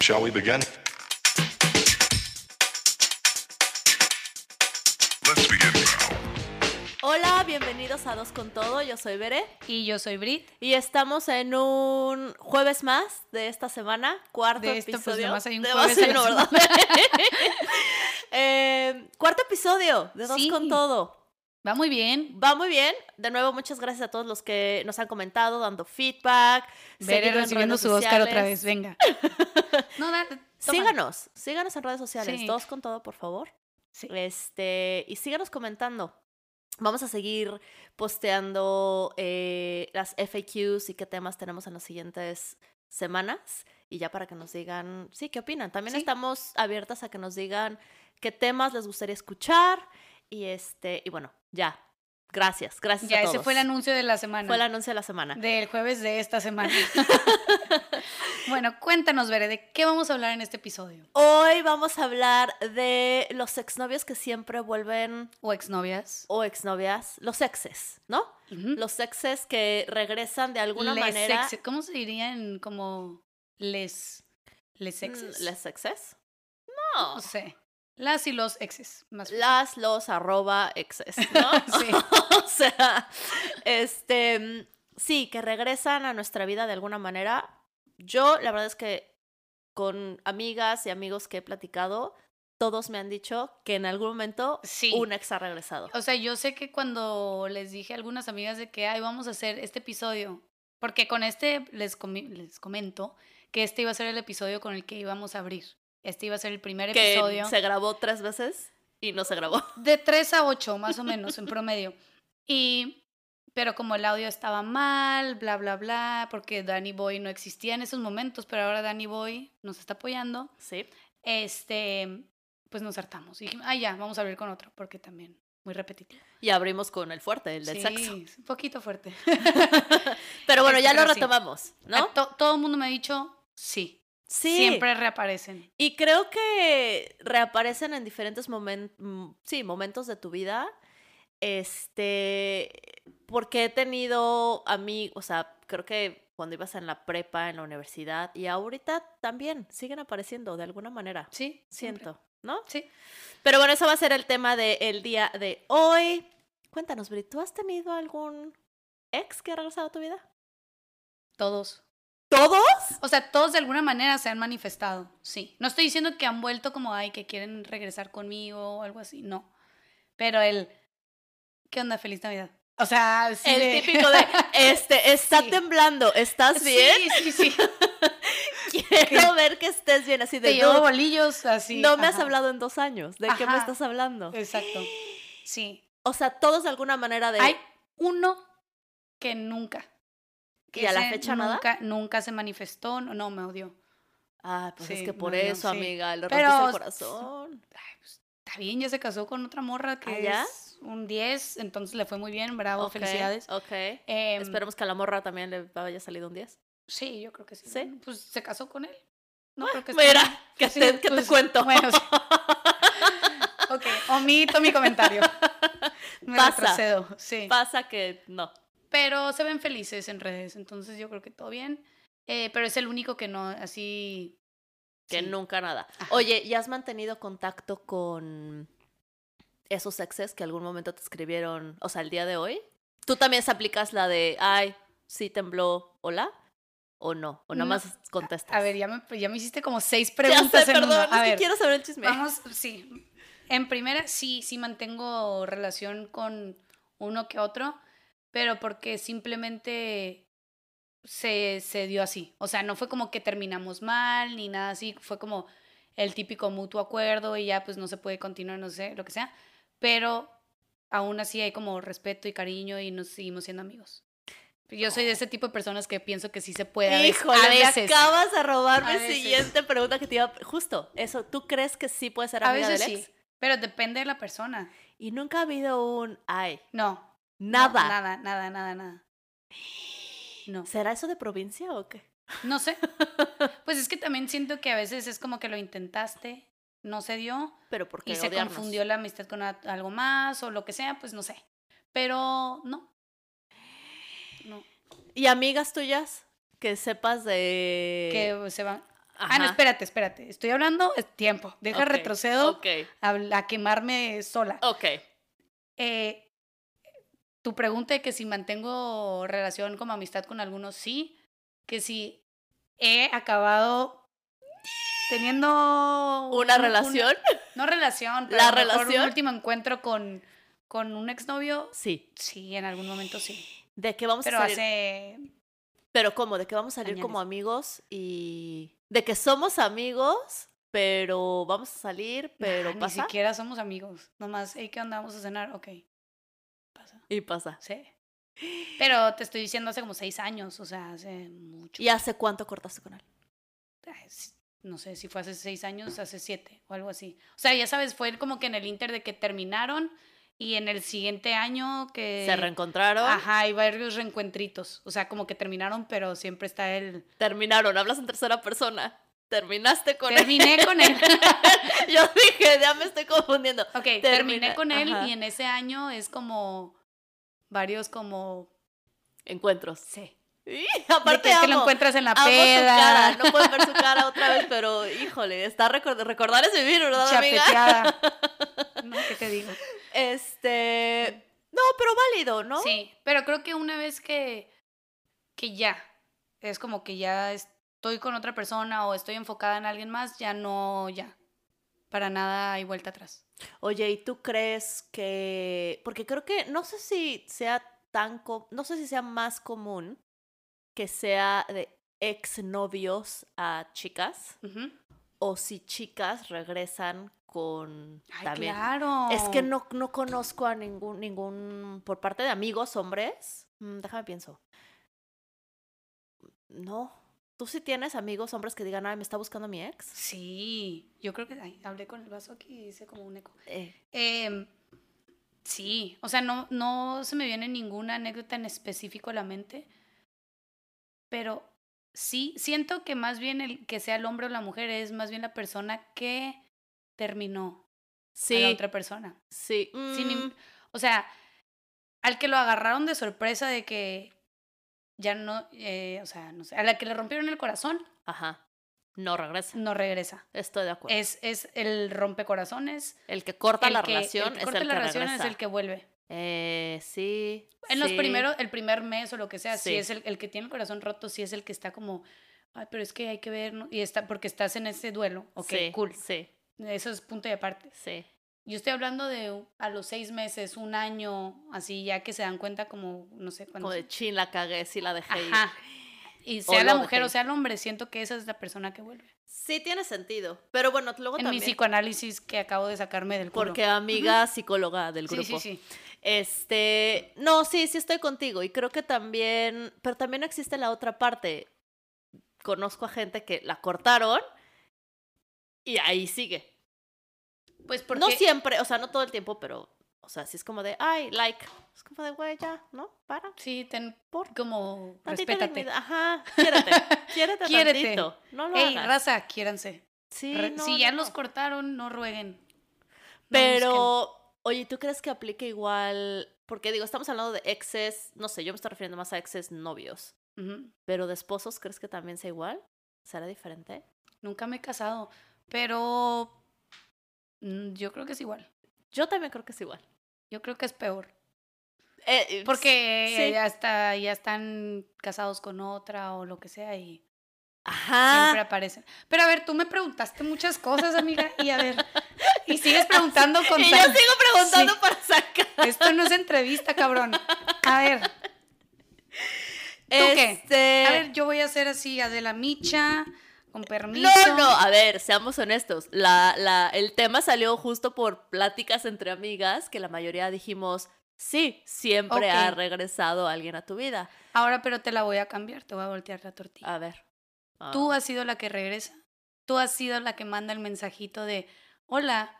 Shall we begin? Let's begin now. Hola, bienvenidos a Dos con Todo, yo soy Bere Y yo soy Brit. y estamos en un jueves más de esta semana, cuarto De esto, pues, episodio. nomás hay un De jueves más a la uno, ¿verdad? Eh, cuarto episodio de Dos Sí. con Todo. Va muy bien. Va muy bien, de nuevo muchas gracias a todos los que nos han comentado, dando feedback, Veré seguido en recibiendo redes su Oscar otra sociales. vez, venga. No, da- toma. Síganos, síganos en redes sociales, Sí. dos con todo, por favor. Sí. Este, y síganos comentando. Vamos a seguir posteando eh, las FAQs y qué temas tenemos en las siguientes semanas. Y ya para que nos digan, sí, qué opinan. También Sí. estamos abiertas a que nos digan qué temas les gustaría escuchar. Y este, y bueno, ya. Gracias, gracias Ya, a ese todos. fue el anuncio de la semana. Fue el anuncio de la semana. Del jueves de esta semana. bueno, cuéntanos, Bere, ¿de qué vamos a hablar en este episodio? Hoy vamos a hablar de los exnovios que siempre vuelven ¿O exnovias? o exnovias, los exes, ¿no? Ujú. Los exes que regresan de alguna Les manera. exe- ¿Cómo se dirían como les, les exes? Mm, ¿Les exes? No. No pues, sé. Las y los exes, más Las, los, arroba, exes, ¿no? Sí. o sea, este, mm, sí, que regresan a nuestra vida de alguna manera. Yo, la verdad es que con amigas y amigos que he platicado, todos me han dicho que en algún momento Sí. un ex ha regresado. O sea, yo sé que cuando les dije a algunas amigas de que, ay, vamos a hacer este episodio, porque con este les, comi- les comento que este iba a ser el episodio con el que íbamos a abrir. Este iba a ser el primer Que episodio. se grabó tres veces y no se grabó. De 3 a 8, más o menos, en promedio. Y, pero como el audio estaba mal, bla, bla, bla, porque Danny Boy no existía en esos momentos, pero ahora Danny Boy nos está apoyando, Sí. este, pues nos hartamos. Y dijimos, ay, ya, vamos a abrir con otro, porque también, muy repetitivo. Y abrimos con el fuerte, el del sexo. Sí, es un poquito fuerte. Pero bueno, ya Este, lo pero sí. retomamos, ¿no? A to- todo el mundo me ha dicho sí. Sí. Siempre reaparecen. Y creo que reaparecen en diferentes momentos, sí, momentos de tu vida. Este, porque he tenido a mí, o sea, creo que cuando ibas en la prepa, en la universidad, y ahorita también siguen apareciendo de alguna manera. Sí, siempre. Siento, ¿no? Sí. Pero bueno, eso va a ser el tema del día de hoy. Cuéntanos, Bri, ¿tú has tenido algún ex que ha regresado a tu vida? Todos. ¿Todos? O sea, todos de alguna manera se han manifestado. Sí. No estoy diciendo que han vuelto como, ay, que quieren regresar conmigo o algo así. No. Pero el, ¿qué onda? Feliz Navidad. O sea, el sí típico de, este, está Sí. temblando, ¿estás bien? Sí, sí, sí. Quiero ver que estés bien, así de Te llevo "Dude, bolillos así. No me has Ajá. hablado en dos años. ¿De qué me Ajá. estás hablando? Exacto. Sí. O sea, todos de alguna manera de. Hay uno que nunca. ¿Y a la ese fecha nada? nunca, Nunca se manifestó, no, no me odió. Ah, pues es Sí, que por no, no, eso, sí. amiga, le Pero- rompiste el corazón. Ay, pues, está bien, ya se casó con otra morra que ¿Ah, ya? es un 10, entonces le fue muy bien, bravo, Ok, felicidades. Ok. Em, Esperemos que a la morra también le haya salido un 10. Sí, yo creo que sí. ¿Sí? Bueno, Pues se casó con él. No creo que esté Mira, mal. que Sí, te, que te pues, cuento. Bueno, sí. ok, omito mi comentario. Me Pasa. retrocedo, sí. Pasa que no. pero se ven felices en redes, entonces yo creo que todo bien. Eh, pero es el único que no, así... Que sí. nunca nada. Ajá. Oye, ¿y has mantenido contacto con esos exes que algún momento te escribieron, o sea, el día de hoy? ¿Tú también se aplicas la de, ay, sí tembló, hola? ¿O no? ¿O nada No. más contestas? A ver, ya me, ya me hiciste como seis ya preguntas sé, en perdón, una. es A que ver. quiero saber el chisme. Vamos, sí. En primera, sí, sí mantengo relación con uno que otro, pero porque simplemente se, se dio así. O sea, no fue como que terminamos mal ni nada así, fue como el típico mutuo acuerdo y ya pues no se puede continuar, no sé, lo que sea. Pero aún así hay como respeto y cariño y nos seguimos siendo amigos. Yo soy de ese tipo de personas que pienso que sí se puede. a veces- Oh. Híjole, a me veces. acabas de robar A mi veces. siguiente pregunta que te iba Justo, eso, ¿tú crees que sí puede ser A amiga veces del sí, ex? pero depende de la persona. Y nunca ha habido un, ay, No, No, nada. nada, nada, nada, nada. No. ¿Será eso de provincia o qué? No sé. Pues es que también siento que a veces es como que lo intentaste, no se dio Pero porque y se odiarnos. confundió la amistad con a- algo más o lo que sea, pues no sé. Pero no. No. ¿Y amigas tuyas que sepas de... Que se van. Ah, no, Eh, Ajá. espérate, espérate. Estoy hablando, es tiempo. Deja Ok, retrocedo Ok, a, a quemarme sola. ok. Eh, tu pregunta de que si mantengo relación como amistad con algunos, sí. Que si he acabado teniendo... ¿Una un- relación? no relación, pero ¿La a lo mejor relación? un último encuentro con, con un exnovio, Sí. sí, en algún momento sí. ¿De qué vamos Pero a salir? hace... Pero cómo, de que vamos a salir como Cañones. amigos y de que somos amigos, pero vamos a salir, pero Ah, Ni pasa siquiera somos amigos. Nomás, hey, ¿qué onda? Vamos a cenar. Ok. Pasa. y pasa. Sí. Pero te estoy diciendo hace como seis años, o sea, hace mucho. ¿Y hace cuánto cortaste con él? Ay, s- No sé si fue hace seis años, hace siete o algo así. O sea, ya sabes, fue como que en el Inter de que terminaron y en el siguiente año que... Se reencontraron, Eh, Ajá, hay varios reencuentritos. O sea, como que terminaron, pero siempre está el... terminaron, hablas en tercera persona. Terminaste con Terminé con él. él. Yo dije, ya me estoy confundiendo. Ok, Termina- terminé con él ajá. y en ese año es como varios como... Encuentros. Sí. Y De aparte que, es que lo amo, encuentras en la amo su cara. peda, No puedes ver su cara otra vez, pero híjole, está record- recordar es vivir, ¿verdad, amiga? chapeteada. No, ¿qué te digo? Este. No, pero válido, ¿no? Sí, pero creo que una vez que, que ya, es como que ya estoy con otra persona o estoy enfocada en alguien más, ya no, ya. Para nada hay vuelta atrás. Oye, ¿y tú crees que.? Porque creo que. No sé si sea tan. co- No sé si sea más común que sea de exnovios a chicas. Ujú. O si chicas regresan con. Ay, también. claro. Es que no, no conozco a ningún, ningún. Por parte de amigos, hombres. mm, déjame pienso. No. ¿Tú sí tienes amigos, hombres que digan, ay, me está buscando mi ex? Sí, yo creo que ay, hablé con el vaso aquí y hice como un eco. Eh, Em, sí, o sea, no, no se me viene ninguna anécdota en específico a la mente, pero sí, siento que más bien el que sea el hombre o la mujer es más bien la persona que terminó a la sí, otra persona. sí. Sin im- mm. o sea, al que lo agarraron de sorpresa de que ya no, eh, o sea, no sé, a la que le rompieron el corazón, Ajá. No regresa. no regresa. Estoy de acuerdo. Mm, Es, es el rompecorazones. el que corta el la que- el relación que es corta el la que relación regresa. es el que vuelve. Eh, sí. En los sí. primeros, el primer mes o lo que sea, si Sí. es el, el que tiene el corazón roto, si es el que está como, ay, pero es que hay que ver, ¿no?", y está, porque estás en ese duelo, ok, Sí, cool. Sí, Eso es punto de aparte. sí. Yo estoy hablando de u- a los seis meses, un año, así ya que se dan cuenta como, no sé, cuando... Como de chin la cagué, sí la dejé. ir". Ajá. Y O sea la lo mujer o dejé. sea el hombre, siento que esa es la persona que vuelve. Sí tiene sentido. Pero bueno, luego en mi también. psicoanálisis que acabo de sacarme del culo. porque amiga psicóloga del grupo. sí, sí, sí. Este, no, sí, sí estoy contigo y creo que también, pero también existe la otra parte. Conozco a gente que la cortaron y ahí sigue. Pues porque... No siempre, o sea, no todo el tiempo, pero, o sea, sí es como de, ay, like. Es como de, güey, ya, ¿no? Para. Sí, ten Por- como Tantita respétate. dignidad. Ajá, quiérete. Quiérete, Quiérete. tantito. No lo Ey, hagas. raza, quiéranse. Sí, Re- no, si ya no, los no. cortaron, no rueguen. No busquen. Pero, oye, ¿tú crees que aplique igual? Porque digo, estamos hablando de exes, no sé, yo me estoy refiriendo más a exes novios. Ujú. Pero de esposos, ¿crees que también sea igual? ¿Será diferente? Nunca me he casado, pero mm, yo creo que es igual. Yo también creo que es igual. Yo creo que es peor. Eh, eh, Porque sí. ya, está, ya están casados con otra o lo que sea y siempre Ajá. aparecen. Pero a ver, tú me preguntaste muchas cosas, amiga, y a ver, y sigues preguntando con Y yo tan- sigo preguntando Sí. para sacar. Esto no es entrevista, cabrón. A ver, qué? Este, a ver, yo voy a hacer así, Adela Micha, con permiso. No, no, a ver, seamos honestos. La, la, el tema salió justo por pláticas entre amigas que la mayoría dijimos, sí, siempre Ok. ha regresado alguien a tu vida. Ahora, pero te la voy a cambiar, te voy a voltear la tortilla. A ver. Ah, Tú has sido la que regresa. Tú has sido la que manda el mensajito de hola,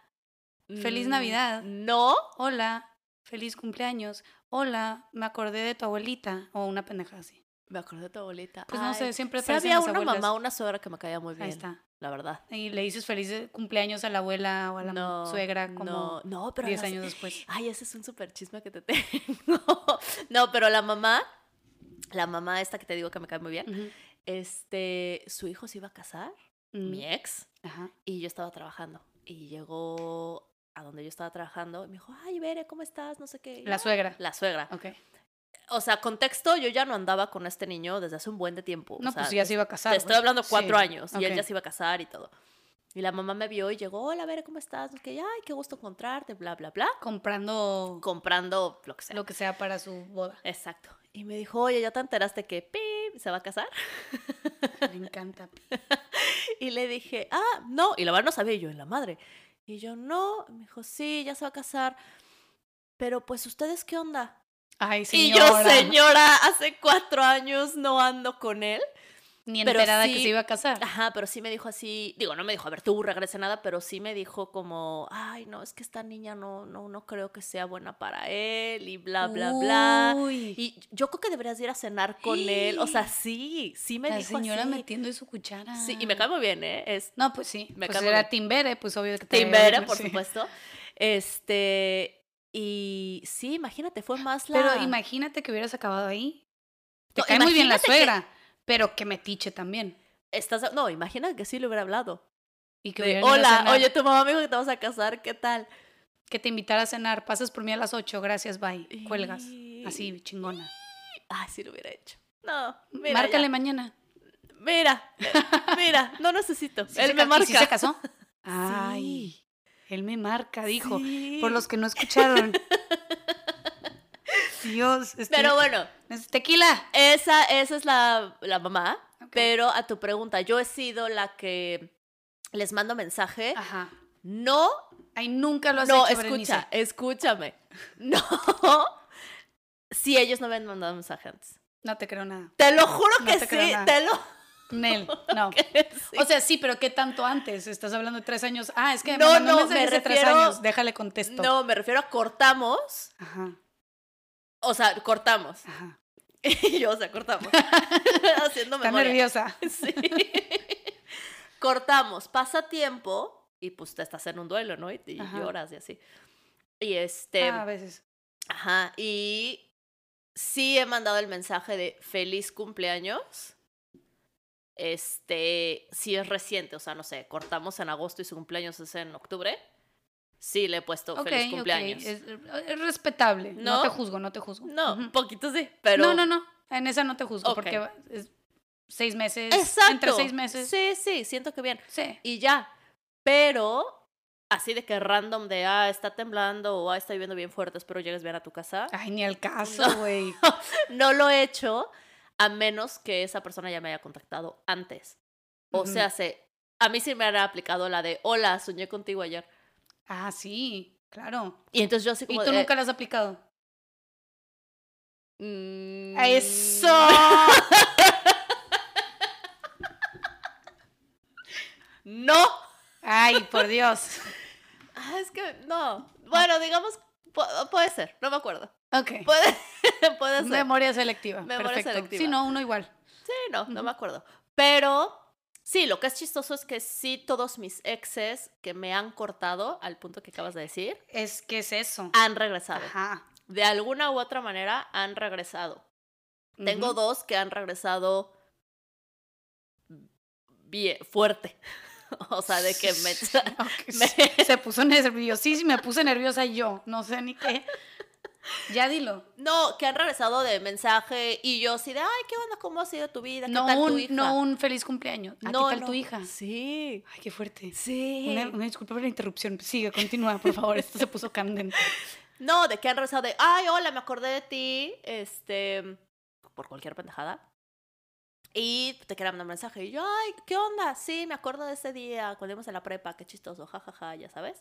feliz mm, Navidad. No, hola, feliz cumpleaños, hola, me acordé de tu abuelita o una pendeja así. me acordé de tu abuelita. Pues no sé, Ay, siempre sí aparecen había las una abuelas. mamá, una suegra que me caía muy Ahí bien, está. la verdad. Y le dices feliz de- cumpleaños a la abuela o a la no, suegra como no, no, pero 10 las- años después. Ay, ese es un súper chisme que te tengo. No, pero la mamá, la mamá esta que te digo que me cae muy bien, Ujú. este, su hijo se iba a casar Mm, mi ex, Ajá. y yo estaba trabajando. Y llegó a donde yo estaba trabajando y me dijo, ay, Bere, ¿cómo estás? No sé qué. y yo, La suegra. La suegra. Ok. O sea, contexto, yo ya no andaba con este niño desde hace un buen de tiempo. o No, sea, pues ya se iba a casar. Te estoy güey. hablando cuatro Sí, años y él ok. ya se iba a casar y todo. Y la mamá me vio y llegó, hola, Bere, ¿cómo estás? Que, ay, qué gusto encontrarte, bla, bla, bla. Comprando Comprando lo que sea. lo que sea para su boda. Exacto. Y me dijo, oye, ¿ya te enteraste que Pip se va a casar? Me encanta. Y le dije, ah, no. Y la verdad no sabía y yo en la madre. Y yo, no. Me dijo, sí, ya se va a casar. Pero pues, ¿ustedes qué onda? Ay, Y yo, señora. señora, hace cuatro años no ando con él. Ni pero enterada que sí- se iba a casar. Ajá, pero sí me dijo así, digo, no me dijo, a ver, tú regresa nada, pero sí me dijo como, ay, no, es que esta niña no, no, no creo que sea buena para él y bla, bla, bla. Uy, Y yo creo que deberías de ir a cenar con él. O sea, sí, sí me la dijo señora así. metiendo de su cuchara. Sí, y me cae muy bien, ¿eh? Es No, pues sí. Me pues cago era en- Timbere, pues obvio que te Timbere, iba a- por sí. supuesto. Este, y sí, imagínate, fue más la... Pero imagínate que hubieras acabado ahí. Te No, cae muy bien la imagínate que- suegra, pero que metiche también. Estás- no, imagina que sí le hubiera hablado. Y que De, hubieran ido a Hola, cenar, oye, tu mamá me dijo que te vas a casar, ¿qué tal? que te invitara a cenar, pasas por mí a las 8, gracias, bye. Cuelgas. Y- Así, chingona. Ay, Ah, sí lo hubiera hecho. No, mira. Márcale ya. mañana. Mira, eh, mira, no necesito. Sí Él se me ca- marca. ¿y sí se casó? Ay, Sí, él me marca, dijo. Por sí. los que no escucharon. Dios, estoy- Pero bueno, Es tequila. esa, esa es la, la mamá. Ok. Pero a tu pregunta, yo he sido la que les mando mensaje. Ajá. No Ay, nunca Ah. lo has No, hecho, escucha, Berenice. escúchame. No. Si ellos no me han mandado mensaje antes. No te creo nada. Te lo juro No que te sí, creo nada. te lo juro Nel, no. que sí. O sea, sí, pero ¿qué tanto antes? Estás hablando de tres años. Ah, es que No, me mandó no, un mensaje me hace tres refiero- años. Déjale contesto. no, me refiero a cortamos. Ajá, O sea, cortamos. ajá. Y yo, o sea, cortamos. Haciendo Está memoria. nerviosa. Sí. cortamos, pasa tiempo y pues te estás en un duelo, ¿no? Y, y Ajá. lloras y así. Y este, Ah, a veces. ajá, y sí he mandado el mensaje de feliz cumpleaños. Este, si es reciente, o sea, no sé, cortamos en agosto y su cumpleaños es en octubre. Sí, le he puesto Ok, feliz ok, cumpleaños. Es, es respetable. ¿No? ¿No? te juzgo, no te juzgo. No, Ujú. poquito sí, pero. No, no, no. En esa no te juzgo Ok. porque va- es seis meses. Exacto. Entre seis meses. Sí. Sí, sí, siento que bien. y ya. Pero así de que random de, ah, está temblando o ah, está lloviendo bien fuerte, espero llegues bien a tu casa. Ay, ni al caso, No. güey. No lo he hecho a menos que esa persona ya me haya contactado antes. O Ujú. sea, se, a mí sí me han aplicado la de, hola, soñé contigo ayer. Ah, sí, claro. Y entonces yo así ¿Y como tú de, nunca la has aplicado? "Mm, ¡Eso! ¡No! Ay, por Dios. Ah, es que no. Bueno, digamos, pu- puede ser, no me acuerdo. Ok. Puede, puede ser. Memoria selectiva. Memoria Perfecto. selectiva. Sí, no, uno igual. Sí, no, no Ujú. me acuerdo. Pero sí, lo que es chistoso es que sí, todos mis exes que me han cortado, al punto que acabas de decir, Es que es eso. han regresado. Ajá. De alguna u otra manera han regresado. Tengo Ujú. dos que han regresado bien, fuerte. O sea, de que me... Ok, me- se- Se puso nerviosísima, me puse nerviosa yo, no sé ni qué. Ya dilo. No, que han regresado de mensaje y yo así de, ay, ¿qué onda? ¿Cómo ha sido tu vida? ¿Qué No tal un, tu hija? no un feliz cumpleaños. ¿A No, ¿Qué tal no. tu hija? Sí, Ay, qué fuerte. sí. Una, una disculpa por la interrupción. Sigue, continúa, por favor. Esto se puso candente. No, de que han rezado de, ay, hola, me acordé de ti, este, por cualquier pendejada. Y te quería mandar un mensaje. Y yo, ay, ¿qué onda? Sí, me acuerdo de ese día, cuando íbamos a la prepa, qué chistoso, jajaja, ya sabes.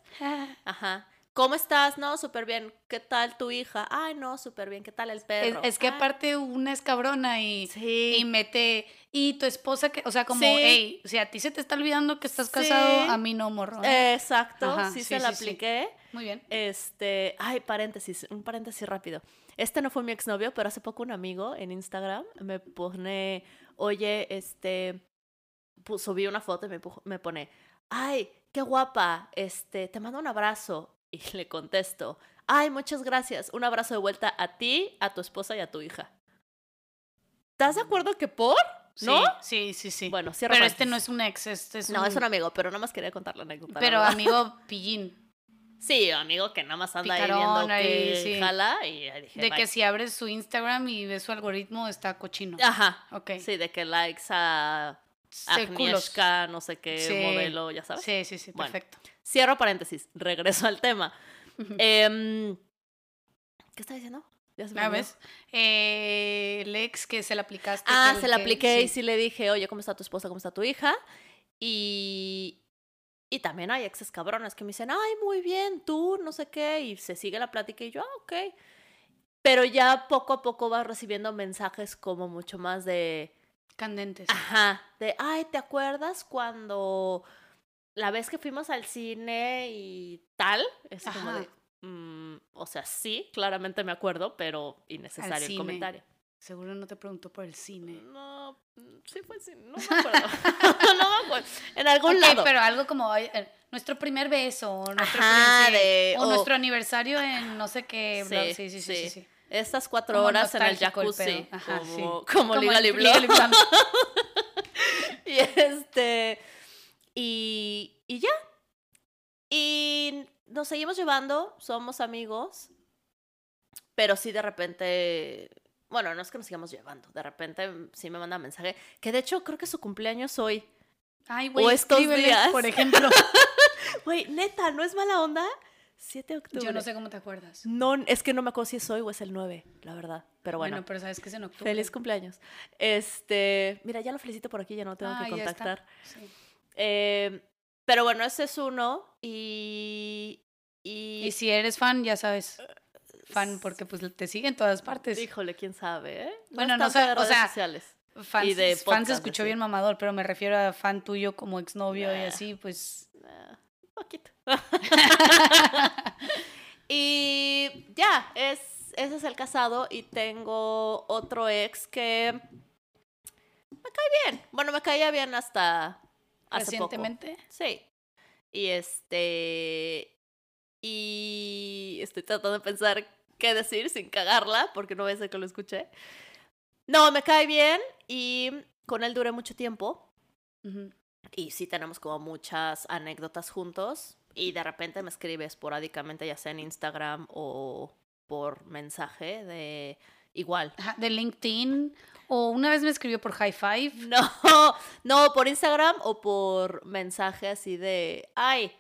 Ajá. ¿Cómo estás? No, súper bien. ¿Qué tal tu hija? Ay, no, súper bien. ¿Qué tal el Es, perro? es que "Ay, aparte una es cabrona y, y Sí. mete. Y tu esposa, que, o sea, como, Sí. hey, si a ti se te está olvidando que estás casado, Sí. Eh, a mí no, morro. Exacto, Ajá, sí, sí, se sí, la sí. apliqué. Muy bien. Este, ay, paréntesis, un paréntesis rápido. Este no fue mi exnovio, pero hace poco un amigo en Instagram me pone, oye, este, pu- subí una foto y me, pujo- me pone, ay, qué guapa, este, te mando un abrazo. Y le contesto, ay, muchas gracias, un abrazo de vuelta a ti, a tu esposa y a tu hija. ¿Estás de acuerdo que por? ¿No? Sí, sí, sí. Bueno, cierro pero paréntesis. este no es un ex, este es No, un... es un amigo, pero nada más quería contar la anécdota. Pero la verdad. amigo pillín. Sí, amigo que nada más anda Picarón ahí viendo que ahí, sí. jala y ya dije, De "Bye". que si abres su Instagram y ves su algoritmo, está cochino. Ajá. Ok. Ah, Sí, Ah, de que likes a Sí, culos. Agnieszka, no sé qué Sí. modelo, ya sabes. Sí, sí, sí, Bueno. perfecto. Cierro paréntesis, regreso al tema. Ujú. Em, ¿Qué estaba diciendo? Ya se me ¿La olvidó. Ah, ves? Eh, el ex que se la aplicaste. Ah, que el se la que- apliqué y sí. sí le dije, oye, ¿cómo está tu esposa? ¿Cómo está tu hija? Y, y también hay exes cabrones que me dicen, ay, muy bien, tú, no sé qué, y se sigue la plática y yo, ah, ok. Pero ya poco a poco vas recibiendo mensajes como mucho más de, Candentes. ajá, de, ay, ¿te acuerdas cuando la vez que fuimos al cine y tal? Es como Ajá. de, "Mm, o sea, sí, claramente me acuerdo, pero innecesario el cine. comentario. Seguro no te preguntó por el cine. No, mm, sí fue sí, no me acuerdo. no me acuerdo. En algún Ok, lado. pero algo como ay, eh, nuestro primer beso, o nuestro, Ajá, primer- sí, de- o o- nuestro aniversario en no sé qué. bla- Sí, Sí, sí, sí, sí. sí. sí. Estas cuatro como horas en el nostálgico el jacuzzi. pedo. Ajá, sí. como, como Como Legally en Blonde. Legally Blonde. Y este. Y, y ya. Y nos seguimos llevando, somos amigos. Pero sí, de repente. Bueno, no es que nos sigamos llevando. De repente sí me manda mensaje. Que de hecho creo que su cumpleaños hoy. Ay, güey, O estos escríbele, días. por ejemplo. Güey, neta, ¿no es mala onda? 7 de octubre. Yo no sé cómo te acuerdas. No, es que no me acuerdo si es hoy o es el 9, la verdad. Pero Bueno, pues, bueno, pero sabes que es en octubre. feliz cumpleaños. Este, mira, ya lo felicito por aquí, ya no tengo Ah, que ya está. contactar. Sí. Eh, pero bueno, ese es uno. Y. Y. Y si eres fan, ya sabes. Fan, porque pues te sigue en todas partes. Híjole, quién sabe, ¿eh? Bueno, es no tanto sé, de o redes sea, sociales. Fan, y de fan se podcast, escuchó así. bien mamador, pero me refiero a fan tuyo como exnovio y Nah. así, pues. Ah, poquito. y ya, es, ese es el casado y tengo otro ex que me cae bien. Bueno, me caía bien hasta hace poco. Recientemente. Sí. Y este y estoy tratando de pensar qué decir sin cagarla porque no voy a ser que lo escuché. No, me cae bien y con él duré mucho tiempo. Ujú. Y sí tenemos como muchas anécdotas juntos. Y de repente me escribe esporádicamente, ya sea en Instagram o por mensaje de igual. Ajá, De LinkedIn. O una vez me escribió por High Five. No, no, por Instagram o por mensaje así de, ay,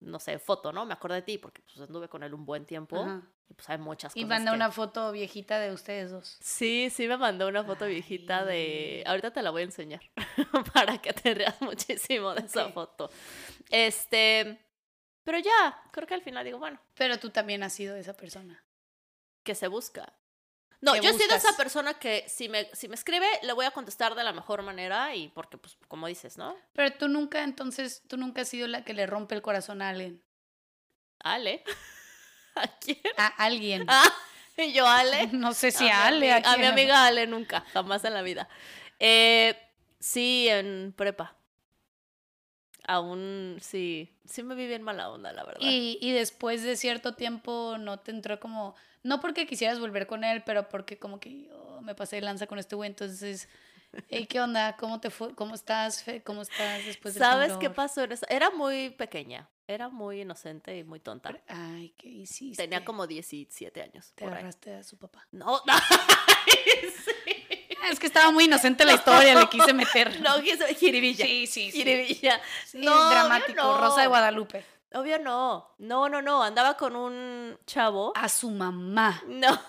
no sé, foto, ¿no? Me acuerdo de ti porque pues anduve con él un buen tiempo. Ajá. Y pues hay muchas cosas. Y manda que- una foto viejita de ustedes dos. Sí, sí me mandó una foto viejita de... Ahorita te la voy a enseñar para que te rías muchísimo de esa Ok. foto. Este... Pero ya, creo que al final digo, bueno, Pero tú también has sido esa persona. que se busca. No, ¿Qué yo he sido esa buscas? persona que si me, si me escribe, le voy a contestar de la mejor manera y porque, pues, como dices, ¿no? Pero tú nunca, entonces, tú nunca has sido la que le rompe el corazón a alguien. Ale. ¿A quién? A alguien. Ah, y yo, Ale. No sé si mi a Mm. Ale. ami- a mi quién. amiga Ale nunca, jamás en la vida. Eh, sí, en prepa. Aún sí, sí me vi bien mala onda, la verdad. Y, y después de cierto tiempo no te entró como, no porque quisieras volver con él, pero porque como que "Oh, me pasé de lanza con este güey, entonces, hey, ¿qué onda? ¿Cómo te fue? ¿Cómo estás? Fe? ¿Cómo estás después del ¿Sabes qué temblor?" pasó? en esa- Era muy pequeña, era muy inocente y muy tonta. Ay, ¿qué hiciste? Tenía como 17 años. Te por ahí. agarraste a su papá. No, ay, sí. Ah, Es que estaba muy inocente la historia, le quise meter. No, que eso- jiribilla. sí, sí, sí. jiribilla. Sí, No, dramático, yo no. Rosa de Guadalupe. Obvio no. No, no, no. Andaba con un chavo. A su mamá. No.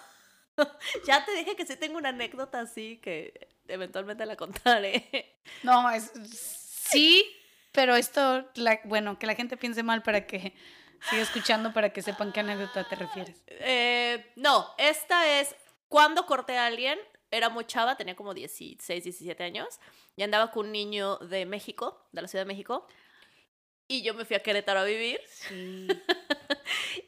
ya te dije que sí tengo una anécdota así que eventualmente la contaré. No, es, sí, pero esto, la- bueno, que la gente piense mal para que siga escuchando, para que sepan qué anécdota te refieres. Eh, no, esta es cuando corté a alguien. Era muy chava, tenía como 16, 17 años. Y andaba con un niño de México, de la Ciudad de México. Y yo me fui a Querétaro a vivir. Sí.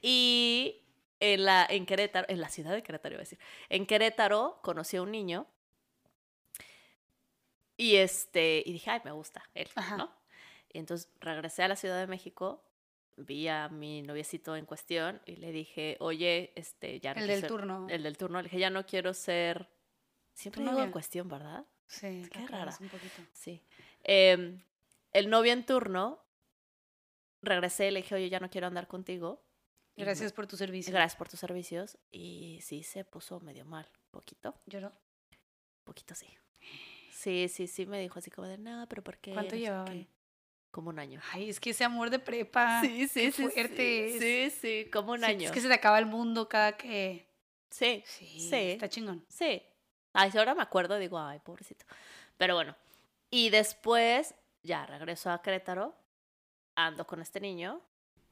Y en, la, en Querétaro, en la ciudad de Querétaro iba a decir, en Querétaro conocí a un niño y este, y dije, ay, me gusta él, Ajá. ¿no? Y entonces regresé a la Ciudad de México, vi a mi noviecito en cuestión y le dije, oye, este, ya no El quiero del ser- turno. El del turno, le dije, ya no quiero ser, siempre Tu digo en novia. cuestión, ¿verdad? Sí, Qué la cagas rara. Un poquito. Sí. Em, el novio en turno, regresé y le dije, oye, ya no quiero andar contigo. Y me- Gracias por tu servicio. Gracias por tus servicios. Y sí se puso medio mal, poquito, Lloró. poquito sí. Sí, sí, sí, me dijo así como de, no, pero ¿por qué? ¿Cuánto No sé llevaban? qué". Como un año. Ay, es que ese amor de prepa. sí, sí, sí, fuerte sí. es. Sí, sí, como un sí, año. Es que se te acaba el mundo cada que. Sí, Sí, Sí. está chingón. sí. Ay, si ahora me acuerdo, digo, ay, pobrecito. Pero bueno. Y después, ya regreso a Querétaro, ando con este niño.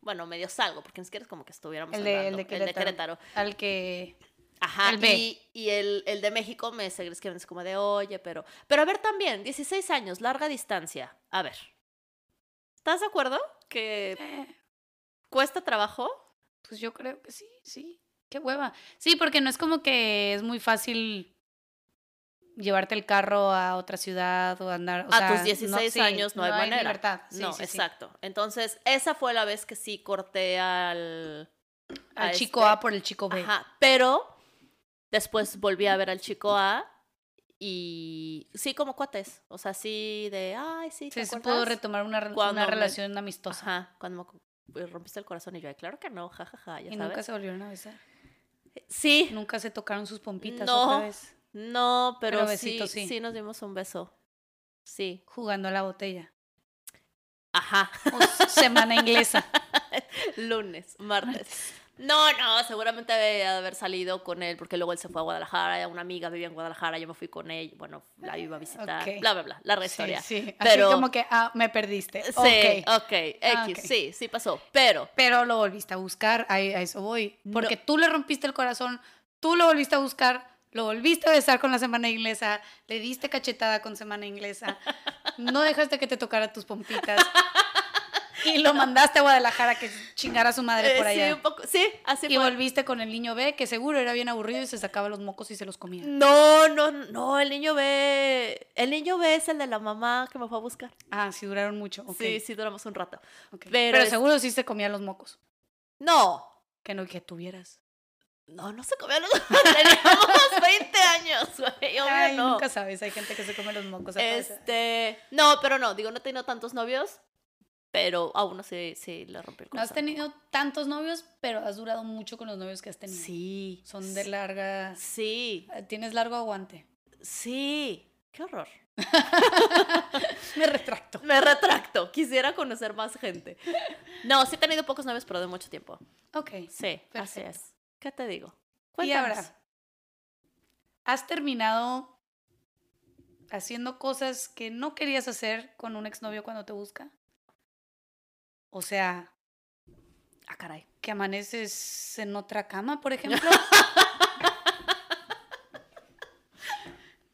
Bueno, medio salgo, porque ni siquiera es como que estuviéramos El de- el andando. de Querétaro. Al que. Ajá, El B. y, y el, el de México me seguía escribiendo así como de, oye, pero... Pero a ver también, 16 años, larga distancia. A ver, ¿estás de acuerdo que eh, cuesta trabajo? pues yo creo que sí, sí. Qué hueva. Sí, porque no es como que es muy fácil llevarte el carro a otra ciudad o andar. o a sea, tus 16 sí, años no hay manera. libertad. Sí, no, sí, sí. exacto. Entonces, esa fue la vez que sí corté al... Al a chico este- A por el chico B. Ajá, pero después volví a ver al chico A y sí como cuates. O sea, sí de, ay, sí, ¿te Sí, se acuerdas? pudo retomar una, re- Cuando una me- relación amistosa. Ajá, cuando me cu- pues, rompiste el corazón y yo, "Ay, claro que no, jajaja, ya y sabes. nunca se volvieron a besar. Sí, Nunca se tocaron sus pompitas No. otra vez no, pero, Pero sí, besito, sí, sí. nos dimos un beso. Sí, jugando a la botella. ajá, O s- semana inglesa. lunes, martes. No, no, seguramente debe de haber salido con él porque luego él se fue a Guadalajara, una amiga vivía en Guadalajara, yo me fui con él, bueno, la iba a visitar, Ok. bla, bla, bla, larga historia. Sí, sí. Pero- Así como que, ah, me perdiste. Sí, Ok. ok, X, Ah, ok. sí, sí pasó, pero Pero lo volviste a buscar, a, a eso voy. No. Porque tú le rompiste el corazón, tú lo volviste a buscar, lo volviste a besar con la semana inglesa, le diste cachetada con semana inglesa, no dejaste que te tocara tus pompitas. Y lo mandaste a Guadalajara que chingara a su madre eh, por sí, allá. un poco, sí, así Y fue. volviste con el niño B, que seguro era bien aburrido y se sacaba los mocos y se los Mm. comía. No, no, no, el niño ve, el niño ve es el de la mamá que me fue a buscar. Ah, sí, duraron mucho. ok, Sí, sí, duramos un rato. ok. pero Pero, es- seguro sí se comía los mocos. No, Que no que tuvieras. No, no se comió los Teníamos 20 años, güey. Obvio Ay, no. nunca sabes, hay gente que se come los mocos. a fuerza. Este. No, pero no, digo, no he tenido tantos novios, pero a uno sí, sí le rompió el No has corazón. tenido tantos novios, pero has durado mucho con los novios que has tenido. Sí. Son de larga. eh, Sí, Tienes largo aguante. sí. Qué horror. Me retracto. Me retracto. Quisiera conocer más gente. No, sí he tenido pocos novios, pero de mucho tiempo. Ok. Sí, así Perfecto. es. ¿Qué te digo? Y Cuéntanos. ahora, ¿has terminado haciendo cosas que no querías hacer con un exnovio cuando te busca? O sea, Ah, caray. que amaneces en otra cama, por ejemplo.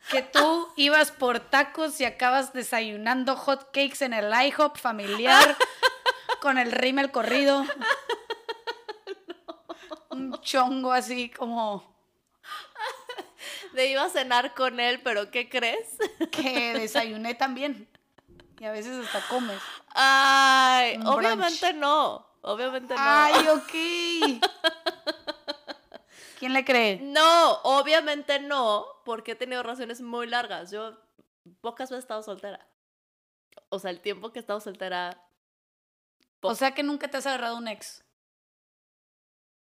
que tú ibas por tacos y acabas desayunando hot cakes en el IHOP familiar con el rímel corrido. Un chongo así como Te iba a cenar con él, pero ¿qué crees? que desayuné también. Y a veces hasta comes. Ay, Un brunch. obviamente no. Obviamente no. Ay, ok. ¿Quién le cree? No, obviamente no, porque he tenido relaciones muy largas. Yo pocas veces he estado soltera. O sea, el tiempo que he estado soltera, O sea que nunca te has agarrado un ex.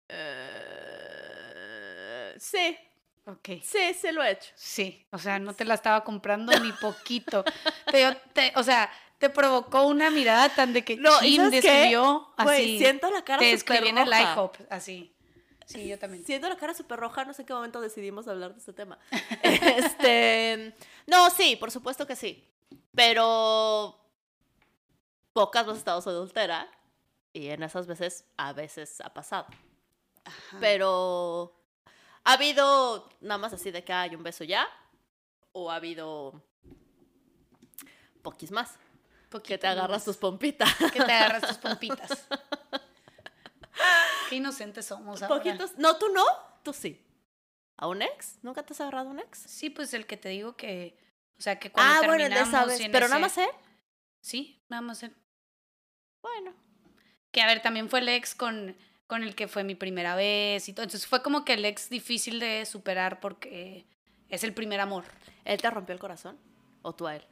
eh, sí, Ok. sí, sí lo he hecho. Sí, o sea, no te la estaba comprando ni poquito. Te, dio- te- o sea, te provocó una mirada tan de que No, ¿y Jim sabes qué? describió así. Güey, siento la cara te súper escribí en el roja. IHOP, así. Sí, yo también. Siento la cara súper roja, no sé en qué momento decidimos hablar de este tema. este, no, sí, por supuesto que sí. Pero pocas veces he estado soltera y en esas veces a veces ha pasado. Ajá. Pero ha habido nada más así de que hay un beso ya. O ha habido poquis más. Que te Poquito agarras tus pompitas. nomás, Que te agarras tus pompitas. Qué inocentes somos ahora. Poquitos. No, tú no. Tú sí. ¿A un ex? ¿Nunca te has agarrado a un ex? Sí, pues el que te digo que, o sea, que Ah, cuando terminamos y en Pero nada ese- más él. Sí, nada más él. Bueno. Que a ver, también fue el ex con, con el que fue mi primera vez y todo. Entonces fue como que el ex difícil de superar porque Es el primer amor. ¿Él te rompió el corazón? ¿O tú a él?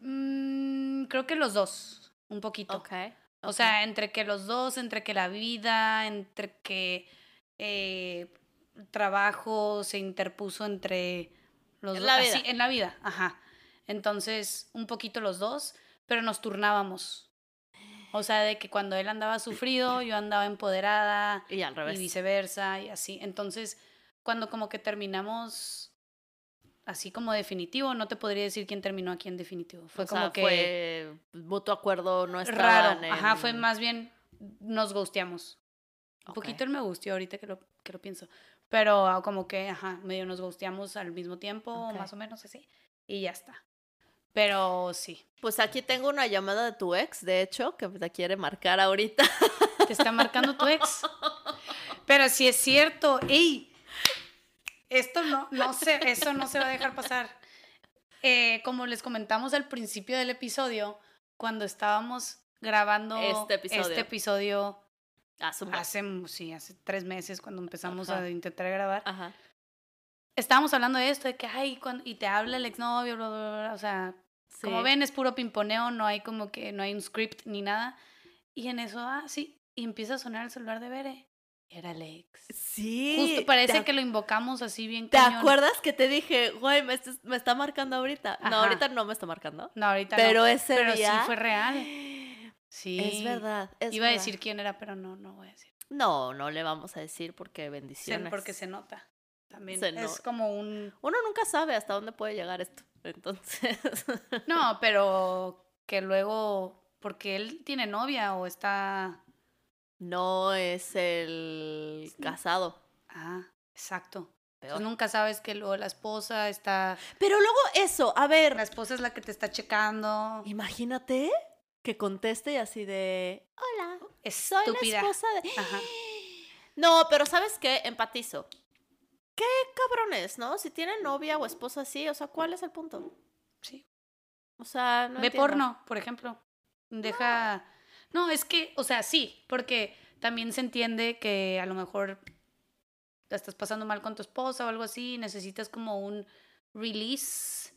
Mm, creo que los dos, un poquito. O ok. sea, entre que los dos, entre que la vida, entre que eh, trabajo se interpuso entre los En dos. la así, vida. en la vida, ajá. Entonces, un poquito los dos, pero nos turnábamos. O sea, de que cuando él andaba sufrido, yo andaba empoderada Y al revés. y viceversa y así. Entonces, cuando como que terminamos así como definitivo, no te podría decir quién terminó a quién definitivo. Fue o como sea, que fue mutuo acuerdo, no estaban raro. Ajá, fue en- más bien nos gusteamos. Un Ok. poquito él me gusteó ahorita que lo, que lo pienso. Pero ah, como que, ajá, medio nos gusteamos al mismo tiempo, Ok. más o menos así. Y ya está. Pero sí, Pues aquí tengo una llamada de tu ex, de hecho, que te quiere marcar ahorita. te está marcando tu ex. Pero si es cierto, ¡ey! Esto no, no se, eso no se va a dejar pasar. Eh, como les comentamos al principio del episodio, cuando estábamos grabando Este episodio. este episodio Ah, su madre. hace, mm, sí, hace tres meses cuando empezamos Ajá. a intentar grabar. Ajá. Estábamos hablando de esto, de que, ay, cuan- y te habla el exnovio, bla, bla, bla, bla, o sea, como Sí. ven es puro pimponeo, no hay como que, no hay un script ni nada. Y en eso, ah, sí, y empieza a sonar el celular de Bere. Era el ex. Sí. Justo ¿Te parece ac- que lo invocamos así bien ¿Te cañón. acuerdas que te dije, güey, me, est- me está marcando ahorita? No, Ajá. ahorita no me está marcando. No, ahorita Pero no. ese Pero día- sí fue real. Sí. Es verdad. es Iba a verdad. decir quién era, pero no, no voy a decir. No, no le vamos a decir porque Se- bendiciones. Porque se nota. También. Se es no- como un Uno nunca sabe hasta dónde puede llegar esto. Entonces. No, pero que luego, porque él tiene novia o está... no es el casado. Ah, exacto. Peor. Entonces nunca sabes que luego la esposa está... Pero luego eso, a La ver, esposa es la que te está checando. imagínate que conteste y así de. Hola, pues, soy Oh, Estúpida. la esposa de. Ajá. No, pero ¿sabes qué? Empatizo. Qué cabrones, ¿no? Si Mm. tienen novia o esposa así, o sea, ¿cuál es el punto? Sí. O sea, no Ve entiendo. porno, por ejemplo. Deja... No. es que, o sea, sí, porque también se entiende que a lo mejor la estás pasando mal con tu esposa o algo así, y necesitas como un release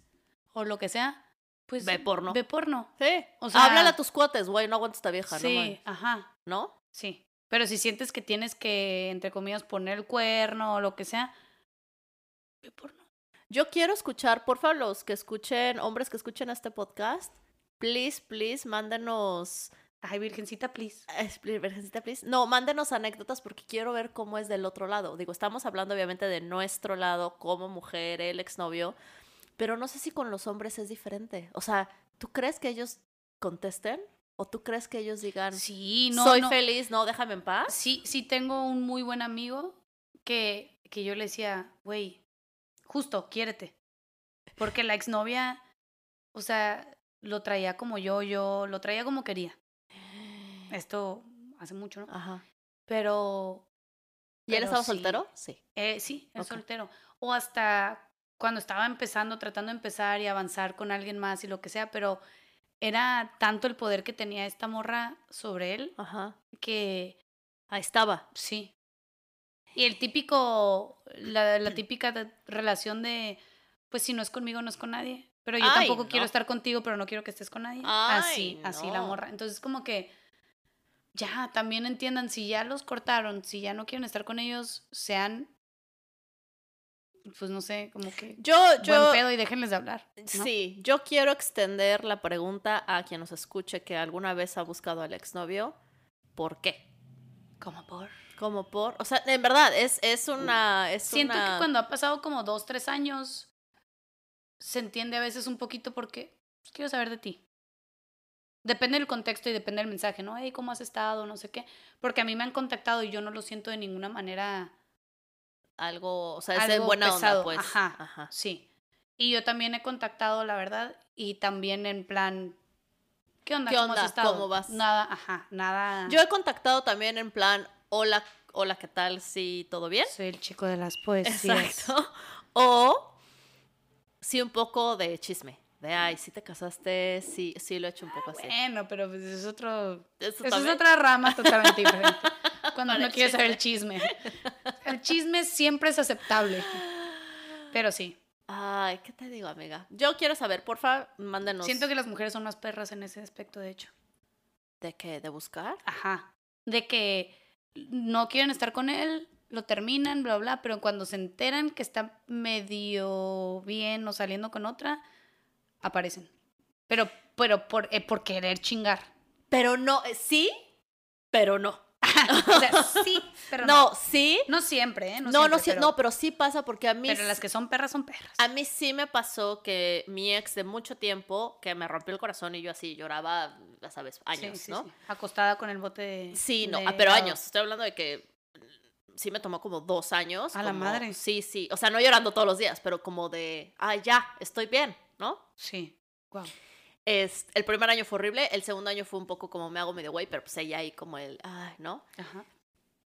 o lo que sea. Pues Ve porno. Ve porno. Sí. O sea- háblale a tus cuates, güey, no aguanto esta vieja, no Sí, mames. ajá. ¿No? Sí. Pero si sientes que tienes que, entre comillas, poner el cuerno o lo que sea, ve porno. Yo quiero escuchar, por favor, los que escuchen, hombres que escuchen este podcast, please, please, mándenos, Ay, virgencita, please. eh, pli- Virgencita, please, no, mándenos anécdotas porque quiero ver cómo es del otro lado. Digo, estamos hablando obviamente de nuestro lado como mujer, el exnovio, pero no sé si con los hombres es diferente. O sea, ¿tú crees que ellos contesten? ¿O tú crees que ellos digan, Sí, no. soy no. feliz, no, déjame en paz? Sí, sí tengo un muy buen amigo que, que yo le decía, güey, justo, quiérete. Porque la exnovia, o sea, lo traía como yo, yo, lo traía como quería. Esto hace mucho, ¿no? Ajá. Pero ¿Y él Pero estaba sí. soltero? Sí. Eh, sí, el Ok. soltero. O hasta cuando estaba empezando, tratando de empezar y avanzar con alguien más y lo que sea, pero era tanto el poder que tenía esta morra sobre él Ajá. que Ahí estaba. sí. Y el típico, la, la típica de- relación de, pues si no es conmigo, no es con nadie. Pero yo Ay, tampoco quiero no. estar contigo, pero no quiero que estés con nadie. así, Ay, así la no. morra. Entonces como que, ya, también entiendan, si ya los cortaron, si ya no quieren estar con ellos, sean, pues no sé, como que... Yo, yo, Buen pedo y déjenles de hablar. ¿no? Sí, yo quiero extender la pregunta a quien nos escuche que alguna vez ha buscado al exnovio. ¿Por qué? Como por... Como por, o sea, en verdad es es una es Siento una- que cuando ha pasado como dos, tres años, se entiende a veces un poquito porque pues, quiero saber de ti. Depende del contexto y depende del mensaje, ¿no? Hey, ¿cómo has estado? No sé qué. Porque a mí me han contactado y yo no lo siento de ninguna manera. algo, o sea, es de algo buena onda, pesado, pues. ajá. Sí. Y yo también he contactado, la verdad, y también en plan, ¿qué onda? ¿Qué ¿Cómo onda? has estado? ¿Cómo vas? Nada, ajá, nada. Yo he contactado también en plan, hola, hola, ¿qué tal? Sí, todo bien. soy el chico de las poesías. Exacto. O sí un poco de chisme, de ay, si te casaste, sí, sí lo he hecho un poco así. Bueno, pero pues es otro Eso Esa es también. otra rama totalmente diferente. Cuando Para uno el quiere saber el chisme. El chisme siempre es aceptable. Pero sí, Ay, ¿qué te digo, amiga? Yo quiero saber, porfa, mándanos. siento que las mujeres son más perras en ese aspecto, de hecho. ¿De qué? ¿De buscar? Ajá. De que no quieren estar con él, lo terminan, bla, bla, pero cuando se enteran que está medio bien o saliendo con otra, aparecen. Pero, pero por, eh, por querer chingar. Pero no, eh, sí, pero no. o sea, sí, pero no. no, sí. No siempre, ¿eh? No, no, sí- siempre, no, pero sí pasa porque a mí, pero las que son perras son perras. a mí sí me pasó que mi ex de mucho tiempo, que me rompió el corazón y yo así lloraba, ya sabes, Sí, años, sí, ¿no? sí. Acostada con el bote de. Sí, no, de ah, pero helado. años. Estoy hablando de que sí me tomó como dos años. A la como- madre. Sí, sí. O sea, no llorando todos los días, pero como de, ah, ya, estoy bien, ¿no? Sí. Wow. Es, el primer año fue horrible, el segundo año fue un poco como me hago medio güey, pero pues ella ahí como el, ay, ¿no? Ajá.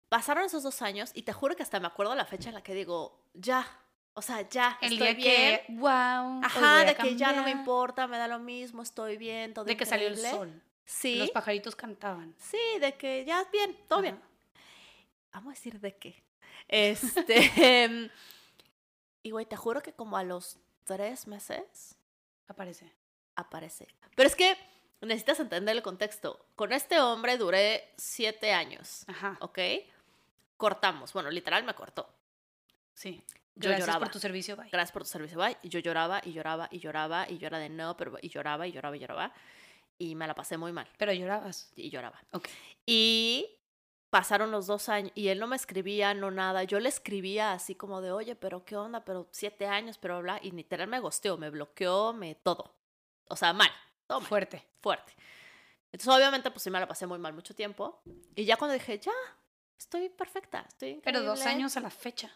Pasaron esos dos años y te juro que hasta me acuerdo la fecha en la que digo, ya, o sea, ya, El estoy día bien. que. Wow. Ajá, de que ya no me importa, me da lo mismo, estoy bien, todo De que salió el increíble. sol. Sí, Los pajaritos cantaban. sí, de que ya bien, todo bien. Ajá. Vamos a decir de qué. Este. em, y güey, te juro que como a los tres meses Aparece. aparece. Pero es que necesitas entender el contexto. Con este hombre duré siete años, Ajá. ¿ok? Cortamos. Bueno, literal me cortó. Sí. Yo Gracias lloraba. por tu servicio, bye. Gracias por tu servicio, bye. Y yo lloraba y lloraba y lloraba y yo era de no, pero y lloraba y lloraba y lloraba. Y me la pasé muy mal Pero llorabas. y lloraba. Ok. Y pasaron los dos años y él no me escribía, no nada. Yo le escribía así como de, oye, pero qué onda, pero siete años, pero bla. Y literal me gosteó, me bloqueó, me todo. O sea, mal, todo mal, Fuerte. fuerte. Entonces, obviamente, pues sí me la pasé muy mal mucho tiempo. Y ya cuando dije, ya, estoy perfecta, estoy. Pero dos increíble". años a la fecha.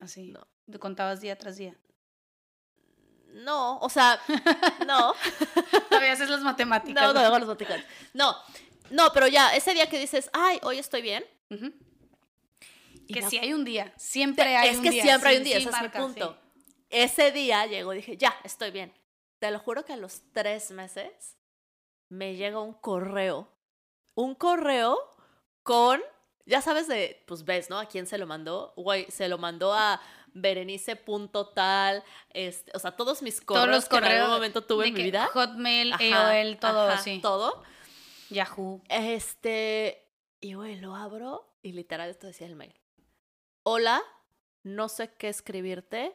Así. No. Te contabas día tras día. No, o sea, no. Todavía haces las matemáticas. no, no, hago los boticones. No, no, pero ya, ese día que dices, ay, hoy estoy bien. Ujú. y Que me sí hay un día. Siempre hay es un que día. siempre hay Sí, un día, sí ese es mi marca, sí. punto. Ese día llegó y dije, ya, estoy bien. Te lo juro que a los tres meses me llega un correo. Un correo con, ya sabes de, pues ves, ¿no? ¿A quién se lo mandó? Güey, se lo mandó a berenice.tal, este, o sea, todos mis correos Todos los que en correos. algún momento tuve de en mi que vida. Hotmail, Ajá, AOL, todo ajá, así. Todo. Yahoo. Este, y güey, lo abro y literal esto decía el mail. Hola, no sé qué escribirte.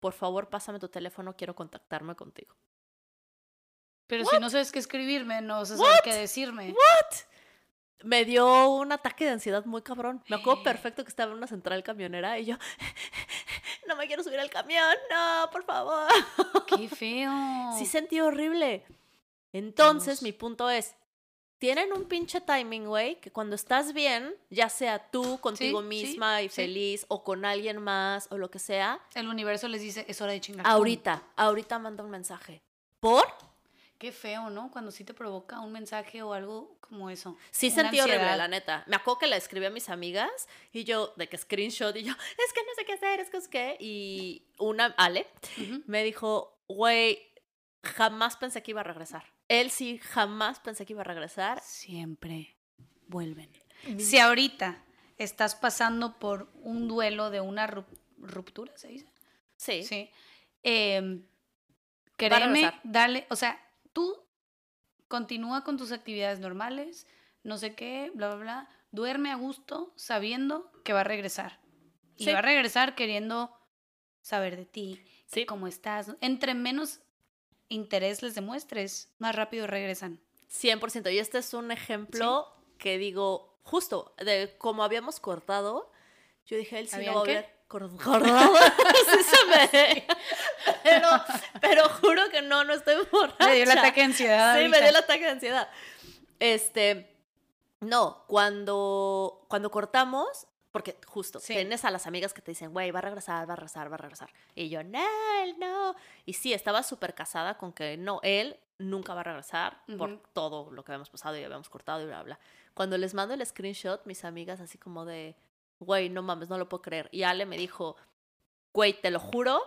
Por favor, pásame tu teléfono, quiero contactarme contigo. Pero si no sabes qué escribirme, no sabes qué decirme. Me dio un ataque de ansiedad muy cabrón. Me acuerdo perfecto que estaba en una central camionera y yo, no me quiero subir al camión, no, por favor. Qué feo. Sí sentí horrible. Entonces, Dios. mi punto es, tienen un pinche timing, güey, que cuando estás bien, ya sea tú contigo sí, misma y sí. feliz o con alguien más o lo que sea, El universo les dice, es hora de chingar. ahorita, ahorita manda un mensaje. ¿Por? Qué feo, ¿no? Cuando sí te provoca un mensaje o algo como eso. Sí Una sentí horrible, ansiedad. la neta. Me acuerdo que la escribí a mis amigas y yo, de que screenshot, y yo, es que no sé qué hacer, es que es que... Y una, Ale, Ujú. me dijo, güey, jamás pensé que iba a regresar. Él sí, jamás pensé que iba a regresar. Siempre vuelven. Si ahorita estás pasando por un duelo de una rup- ruptura, ¿se dice? Sí. Sí. Eh, Va a créeme, regresar. dale, o sea, tú continúa con tus actividades normales, no sé qué, bla, bla, bla. Duerme a gusto sabiendo que va a regresar. Y Sí. va a regresar queriendo saber de ti, Sí. cómo estás. Entre menos interés les demuestres, más rápido regresan. 100%. Y este es un ejemplo que digo, justo, de como habíamos cortado, yo dije, él sí no ¿Habían va a qué? volver. Cor- Cortado. Sí se me- pero, pero juro que no, no estoy borracha. Me dio el ataque de ansiedad. Ah, Sí, me ahorita. dio el ataque de ansiedad. Este, no, cuando, cuando cortamos, porque justo, Sí. tienes a las amigas que te dicen, güey, va a regresar, va a regresar, va a regresar. Y yo, no, él no. Y sí, estaba súper casada con que no, él nunca va a regresar por Ujú. todo lo que habíamos pasado y habíamos cortado y bla, bla. Cuando les mando el screenshot, mis amigas así como de, güey, no mames, no lo puedo creer. Y Ale me dijo, güey, te lo juro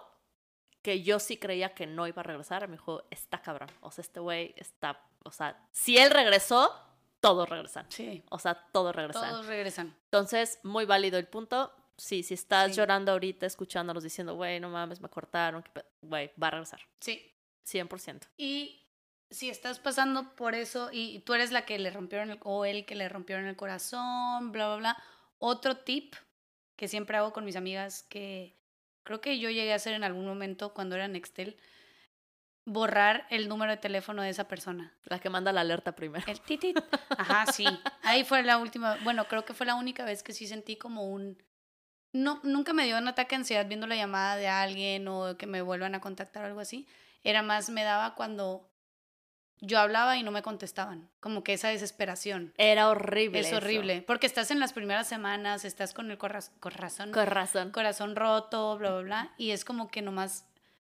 que yo sí creía que no iba a regresar. Me dijo, está cabrón. O sea, este güey está, o sea, si él regresó, todos regresan. Sí, O sea, todos regresan. todos regresan. Entonces, muy válido el punto. Sí, si estás Sí. llorando ahorita, escuchándonos diciendo, güey, no mames, me cortaron, qué pe-", güey, va a regresar. Sí. 100%. Y si estás pasando por eso y tú eres la que le rompieron el, o el que le rompieron el corazón, bla, bla, bla. Otro tip que siempre hago con mis amigas que creo que yo llegué a hacer en algún momento cuando era Nextel, borrar el número de teléfono de esa persona. La que manda la alerta primero. El titit. Ajá, sí. Ahí fue la última, bueno, creo que fue la única vez que sí sentí como un... No, nunca me dio un ataque de ansiedad viendo la llamada de alguien o que me vuelvan a contactar o algo así. Era más, me daba cuando yo hablaba y no me contestaban. Como que esa desesperación. Era horrible. Es eso. horrible. Porque estás en las primeras semanas, estás con el corra- corazón, Con razón. corazón roto, bla, bla, bla. Y es como que nomás,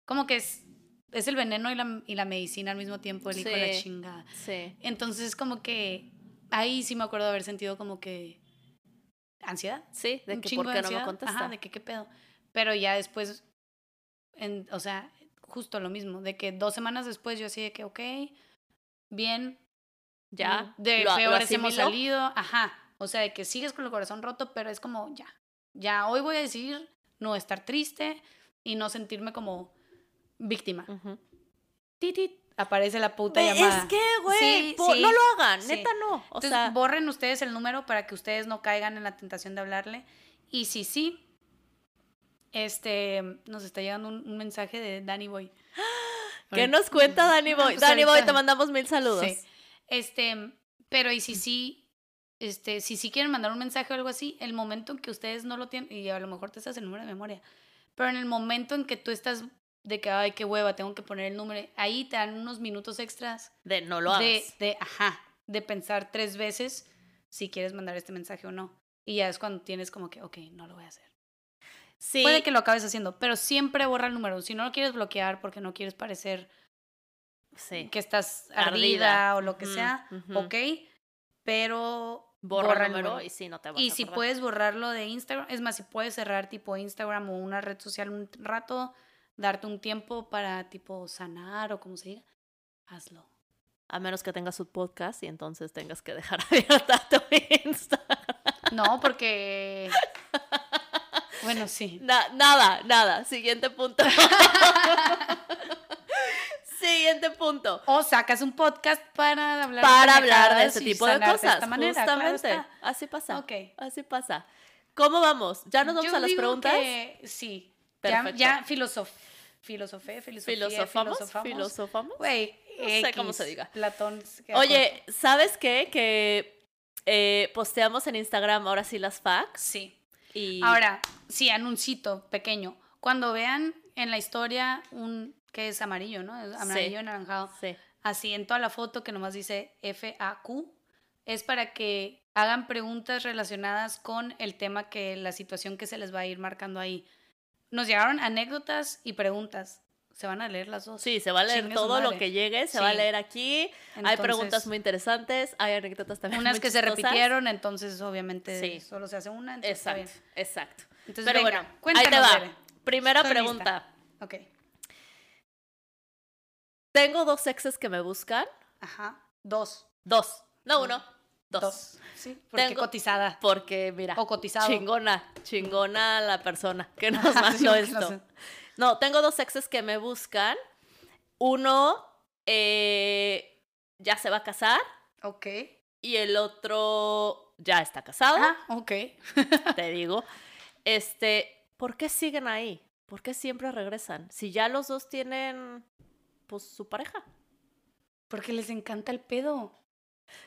como que es, es el veneno y la, y la medicina al mismo tiempo, el hijo de la Sí. chingada. Sí. Entonces, como que ahí sí me acuerdo haber sentido como que ansiedad. Sí, de un que chingo por de qué no me ansiedad. contesta. Ajá, de que qué pedo. Pero ya después, en- o sea, justo lo mismo, de que dos semanas después yo así de que, ok, bien, ya. de lo- lo peores hemos asimilo. salido, ajá. O sea, de que sigues con el corazón roto, pero es como ya, ya hoy voy a decidir no estar triste y no sentirme como víctima. Ujú. Titit, aparece la puta Ve, llamada. Es que, güey, Sí, po- sí, no lo hagan, sí. neta no. O Entonces, sea, borren ustedes el número para que ustedes no caigan en la tentación de hablarle. Y si sí, este, nos está llegando un, un mensaje de Danny Boy. ¿qué nos cuenta Danny Boy? Pues Danny Boy, ahorita- te mandamos mil saludos. Sí. Este, pero y si sí, este, si sí quieren mandar un mensaje o algo así, el momento en que ustedes no lo tienen, y a lo mejor te estás el número de memoria, pero en el momento en que tú estás de que, ay, qué hueva, tengo que poner el número, ahí te dan unos minutos extras De no lo hagas. de, de, ajá, de pensar tres veces si quieres mandar este mensaje o no. Y ya es cuando tienes como que, ok, no lo voy a hacer. sí, Puede que lo acabes haciendo, pero siempre borra el número. Si no lo quieres bloquear porque no quieres parecer sí. que estás Ardida. ardida, o lo que Ujú, sea, ujú. ok, pero borra, el número, y Y, sí, no te vas a si acordar. puedes borrarlo de Instagram, es más, si puedes cerrar tipo Instagram o una red social un rato, darte un tiempo para tipo sanar o como se diga, hazlo. A menos que tengas un podcast y entonces tengas que dejar abierta tu Insta. No, porque. Bueno, sí. Na- nada, nada. Siguiente punto. Siguiente punto. O sacas un podcast para hablar Para hablar de pendejadas ese y tipo de sanar cosas. esta manera, claro justamente. está. Así pasa. Ok. Así pasa. ¿Cómo vamos? ¿Ya nos vamos Yo a las digo preguntas? que sí. Ya, Perfecto. ya filosof, filosofé, filosofía, ¿Filosofamos? filosofamos. ¿Filosofamos? Güey, No sé cómo se diga. Platón. se queda corto. Oye, ¿sabes qué? Que eh, posteamos en Instagram ahora sí las facts. Sí. Y Ahora, sí, anuncito pequeño. Cuando vean en la historia un que es amarillo, ¿no? Es Sí. Amarillo anaranjado. Sí. así en toda la foto que nomás dice FAQ, es para que hagan preguntas relacionadas con el tema que la situación que se les va a ir marcando ahí. Nos llegaron anécdotas y preguntas. Se van a leer las dos. Sí, se va a leer Chingue su todo lo madre. que llegue, se va a Sí. leer aquí. hay Entonces, preguntas muy interesantes, hay anécdotas también. unas muy que se chistosas. repitieron, entonces obviamente Sí. solo se hace una, entonces está Exacto, bien. exacto. Entonces, Pero venga, bueno, cuéntanos, ahí te va. Bere. Primera Estoy pregunta. lista. Ok. Tengo dos exes que me buscan. Ajá. Dos. Dos. No uno, dos. Dos. Sí, porque Tengo- cotizada. Porque, mira, O cotizado. chingona, chingona la persona que nos Ajá, sí, mandó porque no esto. sé. No, tengo dos exes que me buscan. Uno eh, ya se va a casar Ok. y el otro ya está casado. Ah, ok. te digo. Este, ¿por qué siguen ahí? ¿Por qué siempre regresan? Si ya los dos tienen, pues, su pareja. Porque les encanta el pedo.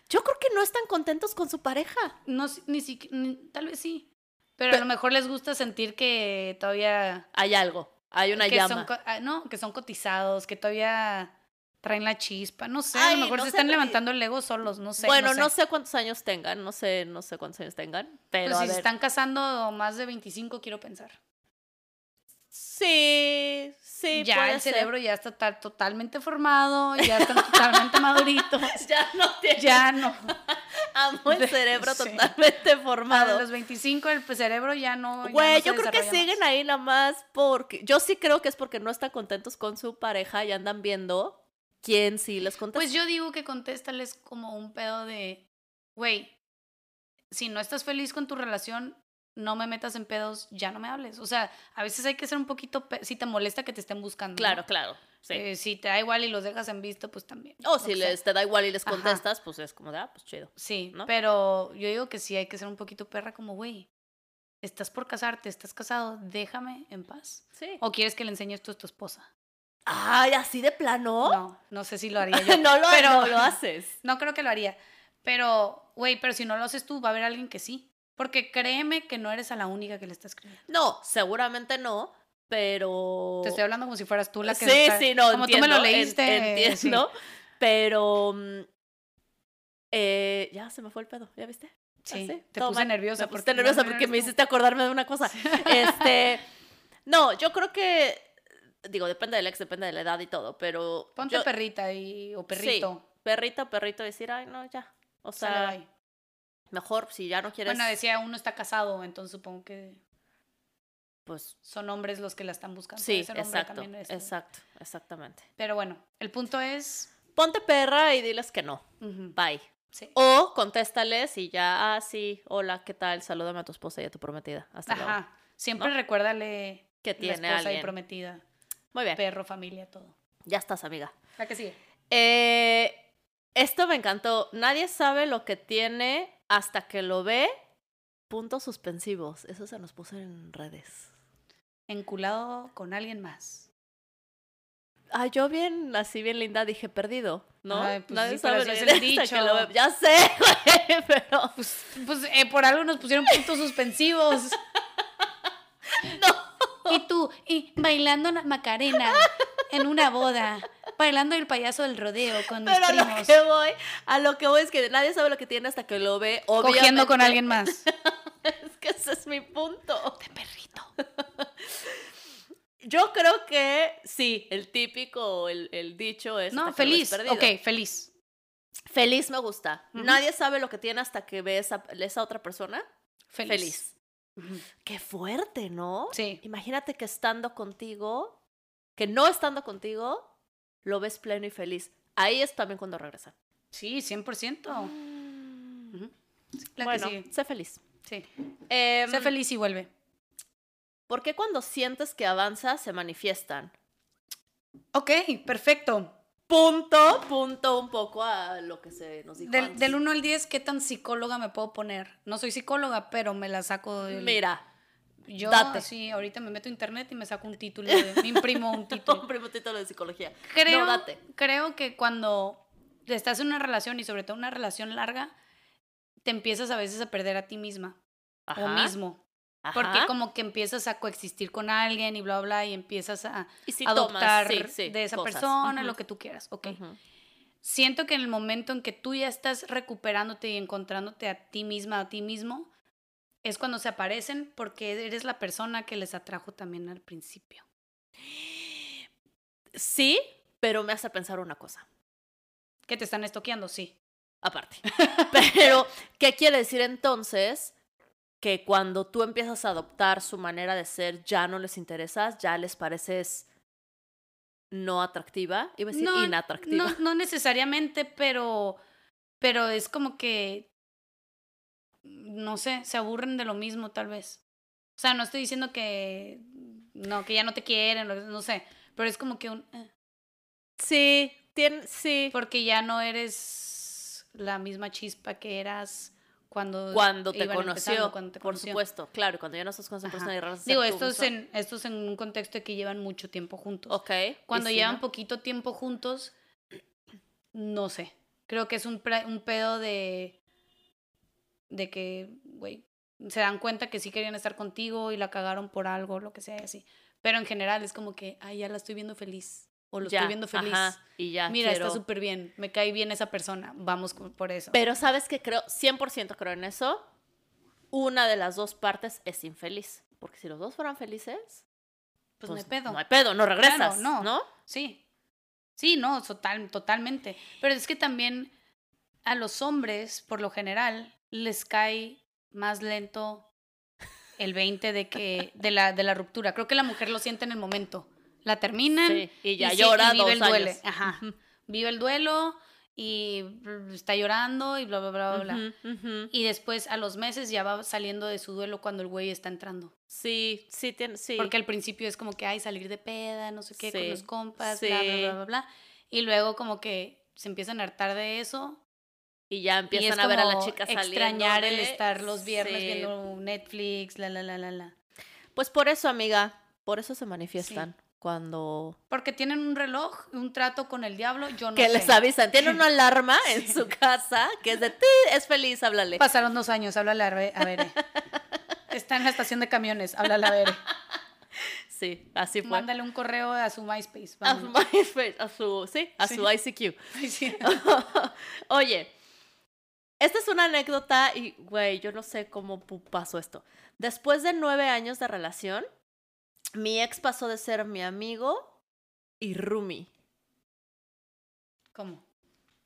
Yo creo que no están contentos con su pareja. No, sé, ni siquiera, tal vez sí. Pero a lo mejor les gusta sentir que todavía... Hay algo, hay una que llama. Son, co- ah, no, que son cotizados, que todavía traen la chispa. No sé, a Ay, lo mejor no se sé, están pero- levantando el ego solos, no sé. bueno, sé. no sé. cuántos años tengan, no sé, no sé cuántos años tengan, pero, Pero a Pues si se ver. están casando más de 25, quiero pensar. Sí, sí, ya puede el ser. cerebro ya está ta- totalmente formado, ya están totalmente maduritos. ya no tiene. Ya no. Amo el De- cerebro sí. totalmente A formado. los 25 el pues, cerebro ya no... ya no Güey, se yo creo que desarrolla siguen más. ahí nada más porque. Yo sí creo que es porque no están contentos con su pareja y andan viendo quién sí les contesta. Pues yo digo que contéstales como un pedo de, güey, si no estás feliz con tu relación, no me metas en pedos, ya no me hables. O sea, a veces hay que ser un poquito, pe- si te molesta que te estén buscando. ¿no? Claro, claro. Sí. Eh, si te da igual y los dejas en visto, pues también. o Lo si que sea. les te da igual y les Ajá. contestas, pues es como, de, ah, pues chido. Sí, ¿no? pero yo digo que sí hay que ser un poquito perra como, güey, estás por casarte, estás casado, déjame en paz. Sí. ¿O quieres que le enseñes tú a tu esposa? Ay, así de plano. No, No, no sé si lo haría yo. lo, pero- no lo haces. No creo que lo haría. Pero, güey, pero si no lo haces tú, va a haber alguien que sí. Porque créeme que no eres a la única que le estás creyendo. No, seguramente no, pero. Te estoy hablando como si fueras tú la que sí, está- sí, no, Como entiendo, tú me lo en- leíste. sí. entiendo, pero. mm, eh, ya se me fue el pedo, ¿ya viste? Sí, Ah, sí, te todo puse mal. nerviosa. Me pusiste nerviosa porque me hiciste acordarme de una cosa. Este, no, yo creo que, digo, depende del ex, depende de la edad y todo, pero Ponte yo- perrita y, o perrito. perrito, perrito, decir, ay, no, ya. O sea, sale, bye. mejor si ya no quieres, Bueno, decía uno está casado, entonces supongo que pues son hombres los que la están buscando. sí, Debe ser hombre exacto, también este. exacto, exactamente. Pero bueno, el punto es. Ponte perra y diles que no, ujú, bye. sí. O contéstales y ya, ah, sí, hola, ¿qué tal? Salúdame a tu esposa y a tu prometida. Hasta luego. Ajá. Siempre ¿no? recuérdale Que la tiene esposa y alguien. prometida, Muy bien, perro, familia, todo. ya estás, amiga. La que sigue. Eh, esto me encantó. Nadie sabe lo que tiene hasta que lo ve. Puntos suspensivos. Eso se nos puso en redes. Enculado con alguien más. Ah, yo bien, así bien linda, dije perdido, ¿no? Ay, pues Nadie sí, sabe pero lo que así es tiene el hasta que dicho. lo ve. Ya sé, güey, pero Pues, pues eh, por algo nos pusieron puntos suspensivos. no. Y tú, y bailando na- Macarena en una boda, bailando el payaso del rodeo con mis Pero a lo primos, que voy, a lo que voy es que nadie sabe lo que tiene hasta que lo ve. Obviamente, cogiendo con alguien más. Es que ese es mi punto. De perrito. Yo creo que sí, el típico, el, el dicho es. No, hasta que lo ves feliz. perdido. Ok, feliz. Feliz me gusta. Ujú. Nadie sabe lo que tiene hasta que ve esa, esa otra persona. Feliz. Feliz. Ujú. Qué fuerte, ¿no? Sí. Imagínate que estando contigo, que no estando contigo, lo ves pleno y feliz. Ahí es también cuando regresa. Mm. Sí, 100%. Oh. Ujú. La bueno, que sigue. sé feliz. Sí. Em, Sé feliz y vuelve. ¿Por qué cuando sientes que avanzas se manifiestan? Ok, perfecto. Punto, punto un poco a lo que se nos dijo. Del, antes. del 1 al 10, ¿qué tan psicóloga me puedo poner? No soy psicóloga, pero me la saco del... Mira, Yo Date. sí, ahorita me meto a internet y me saco un título, de- me imprimo un un título. primo título de psicología. Creo, No, date. creo que cuando estás en una relación y sobre todo una relación larga, te empiezas a veces a perder a ti misma o Ajá, mismo, porque ajá. como que empiezas a coexistir con alguien y bla bla y empiezas a y si adoptar tomas, sí, sí, de esa cosas. persona Ujú, lo que tú quieras, ok. ujú. Siento que en el momento en que tú ya estás recuperándote y encontrándote a ti misma, a ti mismo, es cuando se aparecen porque eres la persona que les atrajo también al principio. Sí, pero me hace pensar una cosa, Que te están estoqueando, sí. aparte. Pero, ¿qué quiere decir entonces? Que cuando tú empiezas a adoptar su manera de ser, ya no les interesas, ya les pareces no atractiva, iba a decir No, inatractiva. No, no necesariamente, pero, pero es como que, no sé, se aburren de lo mismo tal vez. O sea, no estoy diciendo que, no, que ya no te quieren, lo- no sé, pero es como que un, eh, Sí, tien- sí. porque ya no eres la misma chispa que eras cuando, Cuando te iban empezando, conoció, cuando te por conoció. supuesto, claro, cuando ya no estás con esa Ajá. persona y regresas a ser Digo, tú esto es, misma. en, esto es en un contexto de que llevan mucho tiempo juntos. Ok. y Cuando si llevan no? poquito tiempo juntos, no sé. Creo que es un, pre- un pedo de. de que, güey, se dan cuenta que sí querían estar contigo y la cagaron por algo, lo que sea, y así. Pero en general es como que, ay, ya la estoy viendo feliz. O lo Ya, estoy viendo feliz. ajá, y ya Mira, quiero- está súper bien. Me cae bien esa persona. Vamos con- por eso. Pero sabes que creo, 100% creo en eso. Una de las dos partes es infeliz. Porque si los dos fueran felices, pues, no hay pedo. No hay pedo, no regresas. Claro, no. no. Sí. Sí, no, total, totalmente. Pero es que también a los hombres, por lo general, les cae más lento el 20 de que de la, de la ruptura. Creo que la mujer lo siente en el momento. La terminan Sí, y ya sí, llora Em, y dos vive el duele. años. Ajá. Vive el duelo y bl- está llorando y bla, bla, bla, bla, bla. Ujú, ujú. Y después a los meses ya va saliendo de su duelo cuando el güey está entrando. Sí, sí, tiene, sí. Porque al principio es como que, ay, salir de peda, no sé qué, con Sí, los compas, bla, bla, sí. bla, bla, bla. Y luego como que se empiezan a hartar de eso. y ya y es empiezan a ver a la como chica saliendo. extrañar el de- estar los viernes Sí. viendo Netflix, la, la, la, la, la. Pues por eso, amiga, por eso se manifiestan cuando... Porque tienen un reloj, un trato con el diablo, yo no que sé. les avisan. Tiene una alarma en su casa que es de... "Ti, Es feliz, háblale. Pasaron dos años, háblale a Re- a Bere. Está en la estación de camiones, háblale a Bere. Sí, así fue. Mándale un correo a su MySpace. a su, vámonos. MySpace, a su- sí, a su ICQ. Sí. Oye, esta es una anécdota y, güey, yo no sé cómo pu- pasó esto. Después de nueve años de relación, mi ex pasó de ser mi amigo y roomie. ¿Cómo?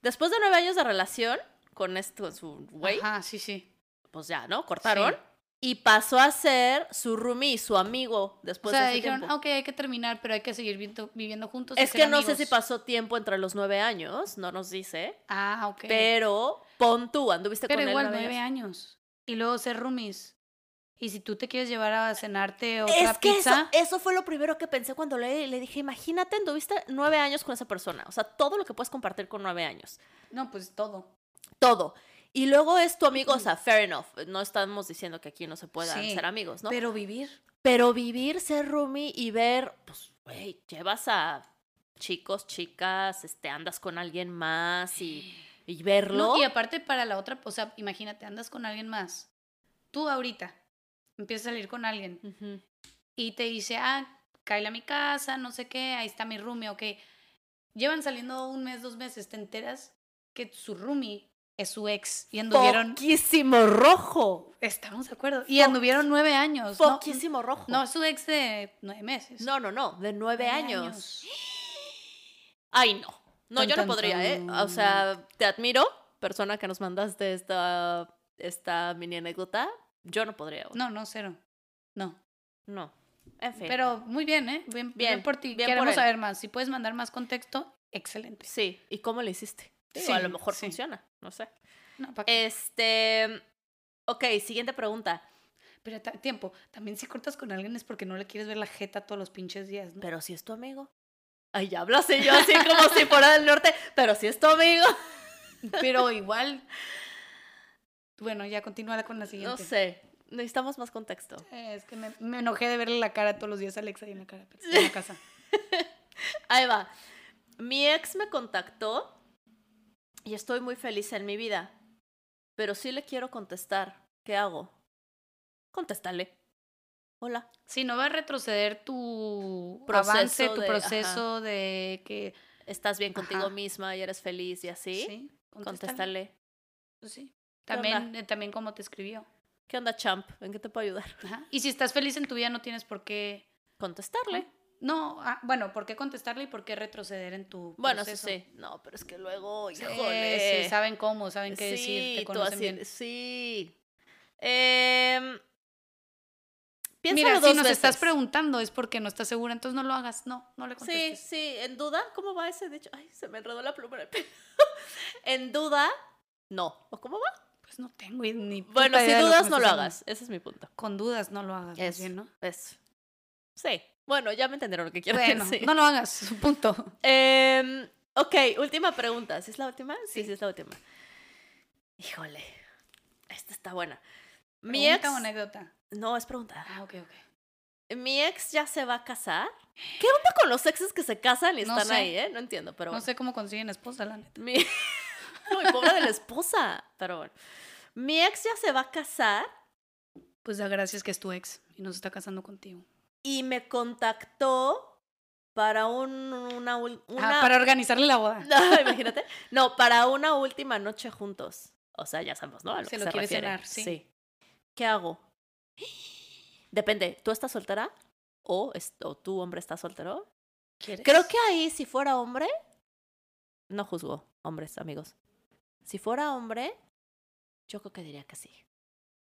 Después de nueve años de relación con, esto, con su güey, Ajá, sí, sí. pues ya, ¿no? Cortaron. Y pasó a ser su roomie y su amigo O después de sea, ese dijeron, Pues tiempo. ok, hay que terminar, pero hay que seguir viendo- viviendo juntos. y Es ser que no sé amigos". si pasó tiempo entre los nueve años, no nos dice, Ah, ok. Pero, pero pon tú, anduviste con él igual nueve nueve años. años. Y luego ser roomies. Y si tú te quieres llevar a cenarte otra Es que eso, pizza, eso fue lo primero que pensé cuando le, le dije, imagínate, anduviste nueve años con esa persona, o sea, todo lo que puedes compartir con nueve años, no, pues todo. todo. Y luego es tu amigo, o sea, fair enough, no estamos diciendo que aquí no se puedan Sí, ser amigos, ¿no? Pero, Pero vivir. vivir, ser roomie y ver, pues, güey, llevas a chicos, chicas, este, andas con alguien más y, y verlo. No, y aparte para la otra, o sea, imagínate, andas con alguien más. Tú ahorita empiezas a salir con alguien Ujú. y te dice, ah, cáele a mi casa, no sé qué, ahí está mi roomie, ok. Llevan saliendo un mes, dos meses, te enteras que su roomie es su ex y anduvieron, Poquísimo rojo. estamos de acuerdo, y anduvieron nueve años. Pues No, Poquísimo rojo. no, es su ex de nueve meses. no, no, no, de nueve Nueve años. Ay, no. No, Tan, yo no tan, podría, ¿eh? O tan. sea, te admiro, persona que nos mandaste esta, esta mini anécdota. Yo no podría. güey. No, no, cero. No. No. En fin. Pero muy bien, ¿eh? Bien, bien, Bien, por ti. bien por Queremos él. saber más. Si puedes mandar más contexto, excelente. sí. ¿Y cómo le hiciste? Digo, Sí, a lo mejor sí. funciona. No sé. No, pa' Eh, qué. Este. Ok, siguiente pregunta. Pero ta- tiempo, también si cortas con alguien es porque no le quieres ver la jeta todos los pinches días, ¿no? Pero si es tu amigo. Ay, ya hablas y yo así como si fuera del norte. Pero si es tu amigo. Pero igual. Bueno, ya continúala con la siguiente. No sé. Necesitamos más contexto. Eh, Es que me, me enojé de verle la cara todos los días a Alexa ahí en la cara, en la casa. Ahí va. Mi ex me contactó y estoy muy feliz en mi vida, pero sí le quiero contestar. ¿Qué hago? Contéstale. Hola. Si no va a retroceder tu Proceso avance, tu de- proceso de que ¿Estás bien contigo Ajá. misma y eres feliz y así? contéstale. Contéstale. Pues Sí. ¿Qué onda? También, eh, también cómo te escribió. ¿Qué onda, champ? ¿En qué te puedo ayudar? Ajá. Y si estás feliz en tu vida, no tienes por qué. Contestarle. No, ah, bueno, por qué contestarle y por qué retroceder en tu Bueno, sí, proceso. sí. No, pero es que luego, Sí, híjole. sí, saben cómo, saben qué Sí, decir, te tú conocen así- bien. Sí. Em, piénsalo Mira, si dos nos veces. estás preguntando es porque no estás segura, entonces no lo hagas, no, no le Sí, contestes. sí, en duda, ¿cómo va ese dicho? Ay, se me enredó la pluma en el pelo. en duda, no. ¿O cómo va? Pues no tengo i- ni Bueno, puta si idea de que dudas, me no lo estás hagas. Ese es mi punto. hablando. Con dudas no lo hagas, más Eso. bien, ¿no? Eso. Sí. Bueno, ya me entendieron lo que quiero Bueno, decir. no lo hagas, punto. Em, ok, última pregunta. ¿Sí es la última? Sí, Sí. sí es la última. Híjole. Esta está buena. Mi Pregunta ex. o anécdota. No, es pregunta. Ah, ok, ok. Mi ex ya se va a casar. ¿Qué onda con los exes que se casan y No están sé. ahí, eh? No entiendo, pero. No sé cómo consiguen esposa, la neta. Mi... Muy pobre de la esposa. Pero bueno. Mi ex ya se va a casar Pues da gracias que es tu ex y no se está casando contigo. y me contactó para un, una, ul- una- Ah, para organizarle la boda. No, imagínate. No, para una última noche juntos. O sea, ya sabemos, ¿no? A lo Se que lo se quiere refiere. cenar, sí. ¿Qué hago? Depende, ¿tú estás soltera? ¿O, es- o tu hombre está soltero? ¿Quieres? Creo que ahí, si fuera hombre, no juzgo, hombres, amigos. Si fuera hombre, yo creo que diría que sí.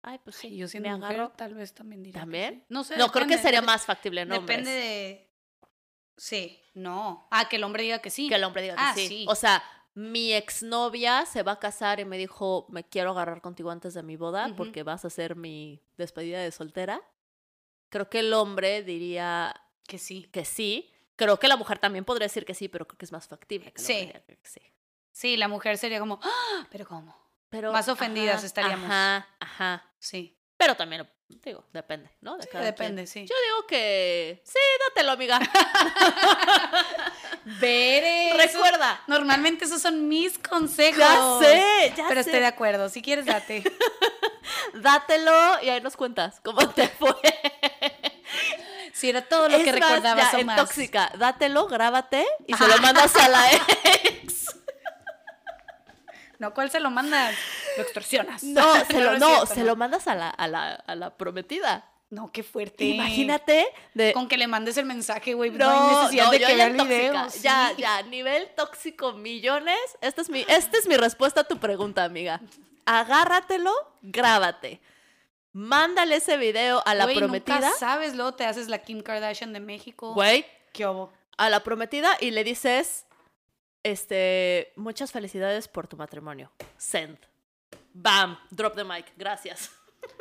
Ay, pues sí, Ay, yo siendo me mujer, agarro. tal vez también diría. que ¿También? sí. No sé. No, creo que depende, sería depende- más factible en hombres. Depende de. Sí, no. Ah, que el hombre diga que sí. Que el hombre diga que Ah, sí. sí. O sea, mi exnovia se va a casar y me dijo, me quiero agarrar contigo antes de mi boda Ujú. porque vas a ser mi despedida de soltera. Creo que el hombre diría Que sí. que sí. Creo que la mujer también podría decir que sí, pero creo que es más factible que el hombre Sí. diga que sí. Sí, la mujer sería como, "Ah, pero ¿cómo? Pero, Más ofendidas ajá, estaríamos. Ajá, ajá. Sí, Pero también, digo, depende, ¿no? De cada quien. depende, sí. Yo digo que sí, dátelo, amiga. Veré. Recuerda. Normalmente esos son mis consejos. Ya sé, ya Pero sé. estoy de acuerdo. Si quieres, date. Dátelo y ahí nos cuentas cómo te fue. Si era todo lo Es que más, recordabas ya, o en más. tóxica, dátelo, grábate y se lo mandas a la e- ex. No, ¿cuál se lo mandas? Lo extorsionas. No, se lo, es no, cierto, se lo mandas a la, a la, a la prometida. No, qué fuerte. Imagínate de... Con que le mandes el mensaje, güey. no, No, hay necesidad Eh, no, de yo que ya vea el en tóxica, video. sí. Ya, ya, nivel tóxico millones. Esta es, mi, esta es mi respuesta a tu pregunta, amiga. Agárratelo, grábate. Mándale ese video a la Güey, prometida. Nunca sabes, luego te haces la Kim Kardashian de México. Güey, ¿Qué hubo? a la prometida y le dices, este, muchas felicidades por tu matrimonio. Send. Bam, drop the mic, gracias.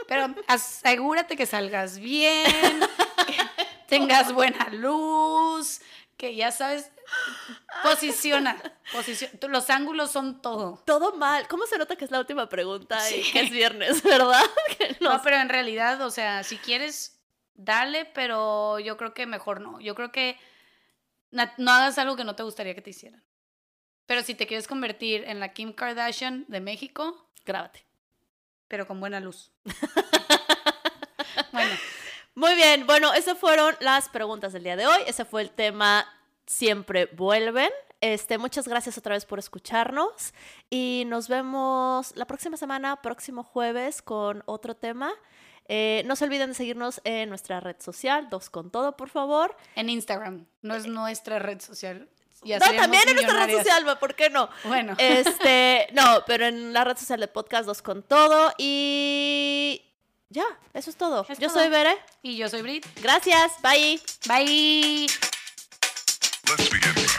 Pero asegúrate que salgas bien, que tengas buena luz, que ya sabes, posiciona, posiciona. Tú- Los ángulos son todo. Todo mal. ¿Cómo se nota que es la última pregunta y Sí. que es viernes, verdad? Que no No, pero en realidad, o sea, si quieres, dale, pero yo creo que mejor no. Yo creo que na- no hagas algo que no te gustaría que te hicieran. Pero si te quieres convertir en la Kim Kardashian de México, Grábate. pero con buena luz. bueno, Muy bien, bueno, esas fueron las preguntas del día de hoy. Ese fue el tema Siempre vuelven. Este, muchas gracias otra vez por escucharnos y nos vemos la próxima semana, próximo jueves, con otro tema. Eh, no se olviden de seguirnos en nuestra red social, dos con todo, por favor. en Instagram, no es nuestra red social. Ya no, seríamos también en nuestra red millonarias. social, ma, ¿por qué no? Bueno, Este, no, pero en la red social de podcast, dos con todo y ya, eso es todo. Es Yo todo. soy Bere. y yo soy Brit. Gracias, bye. Bye. Let's begin now.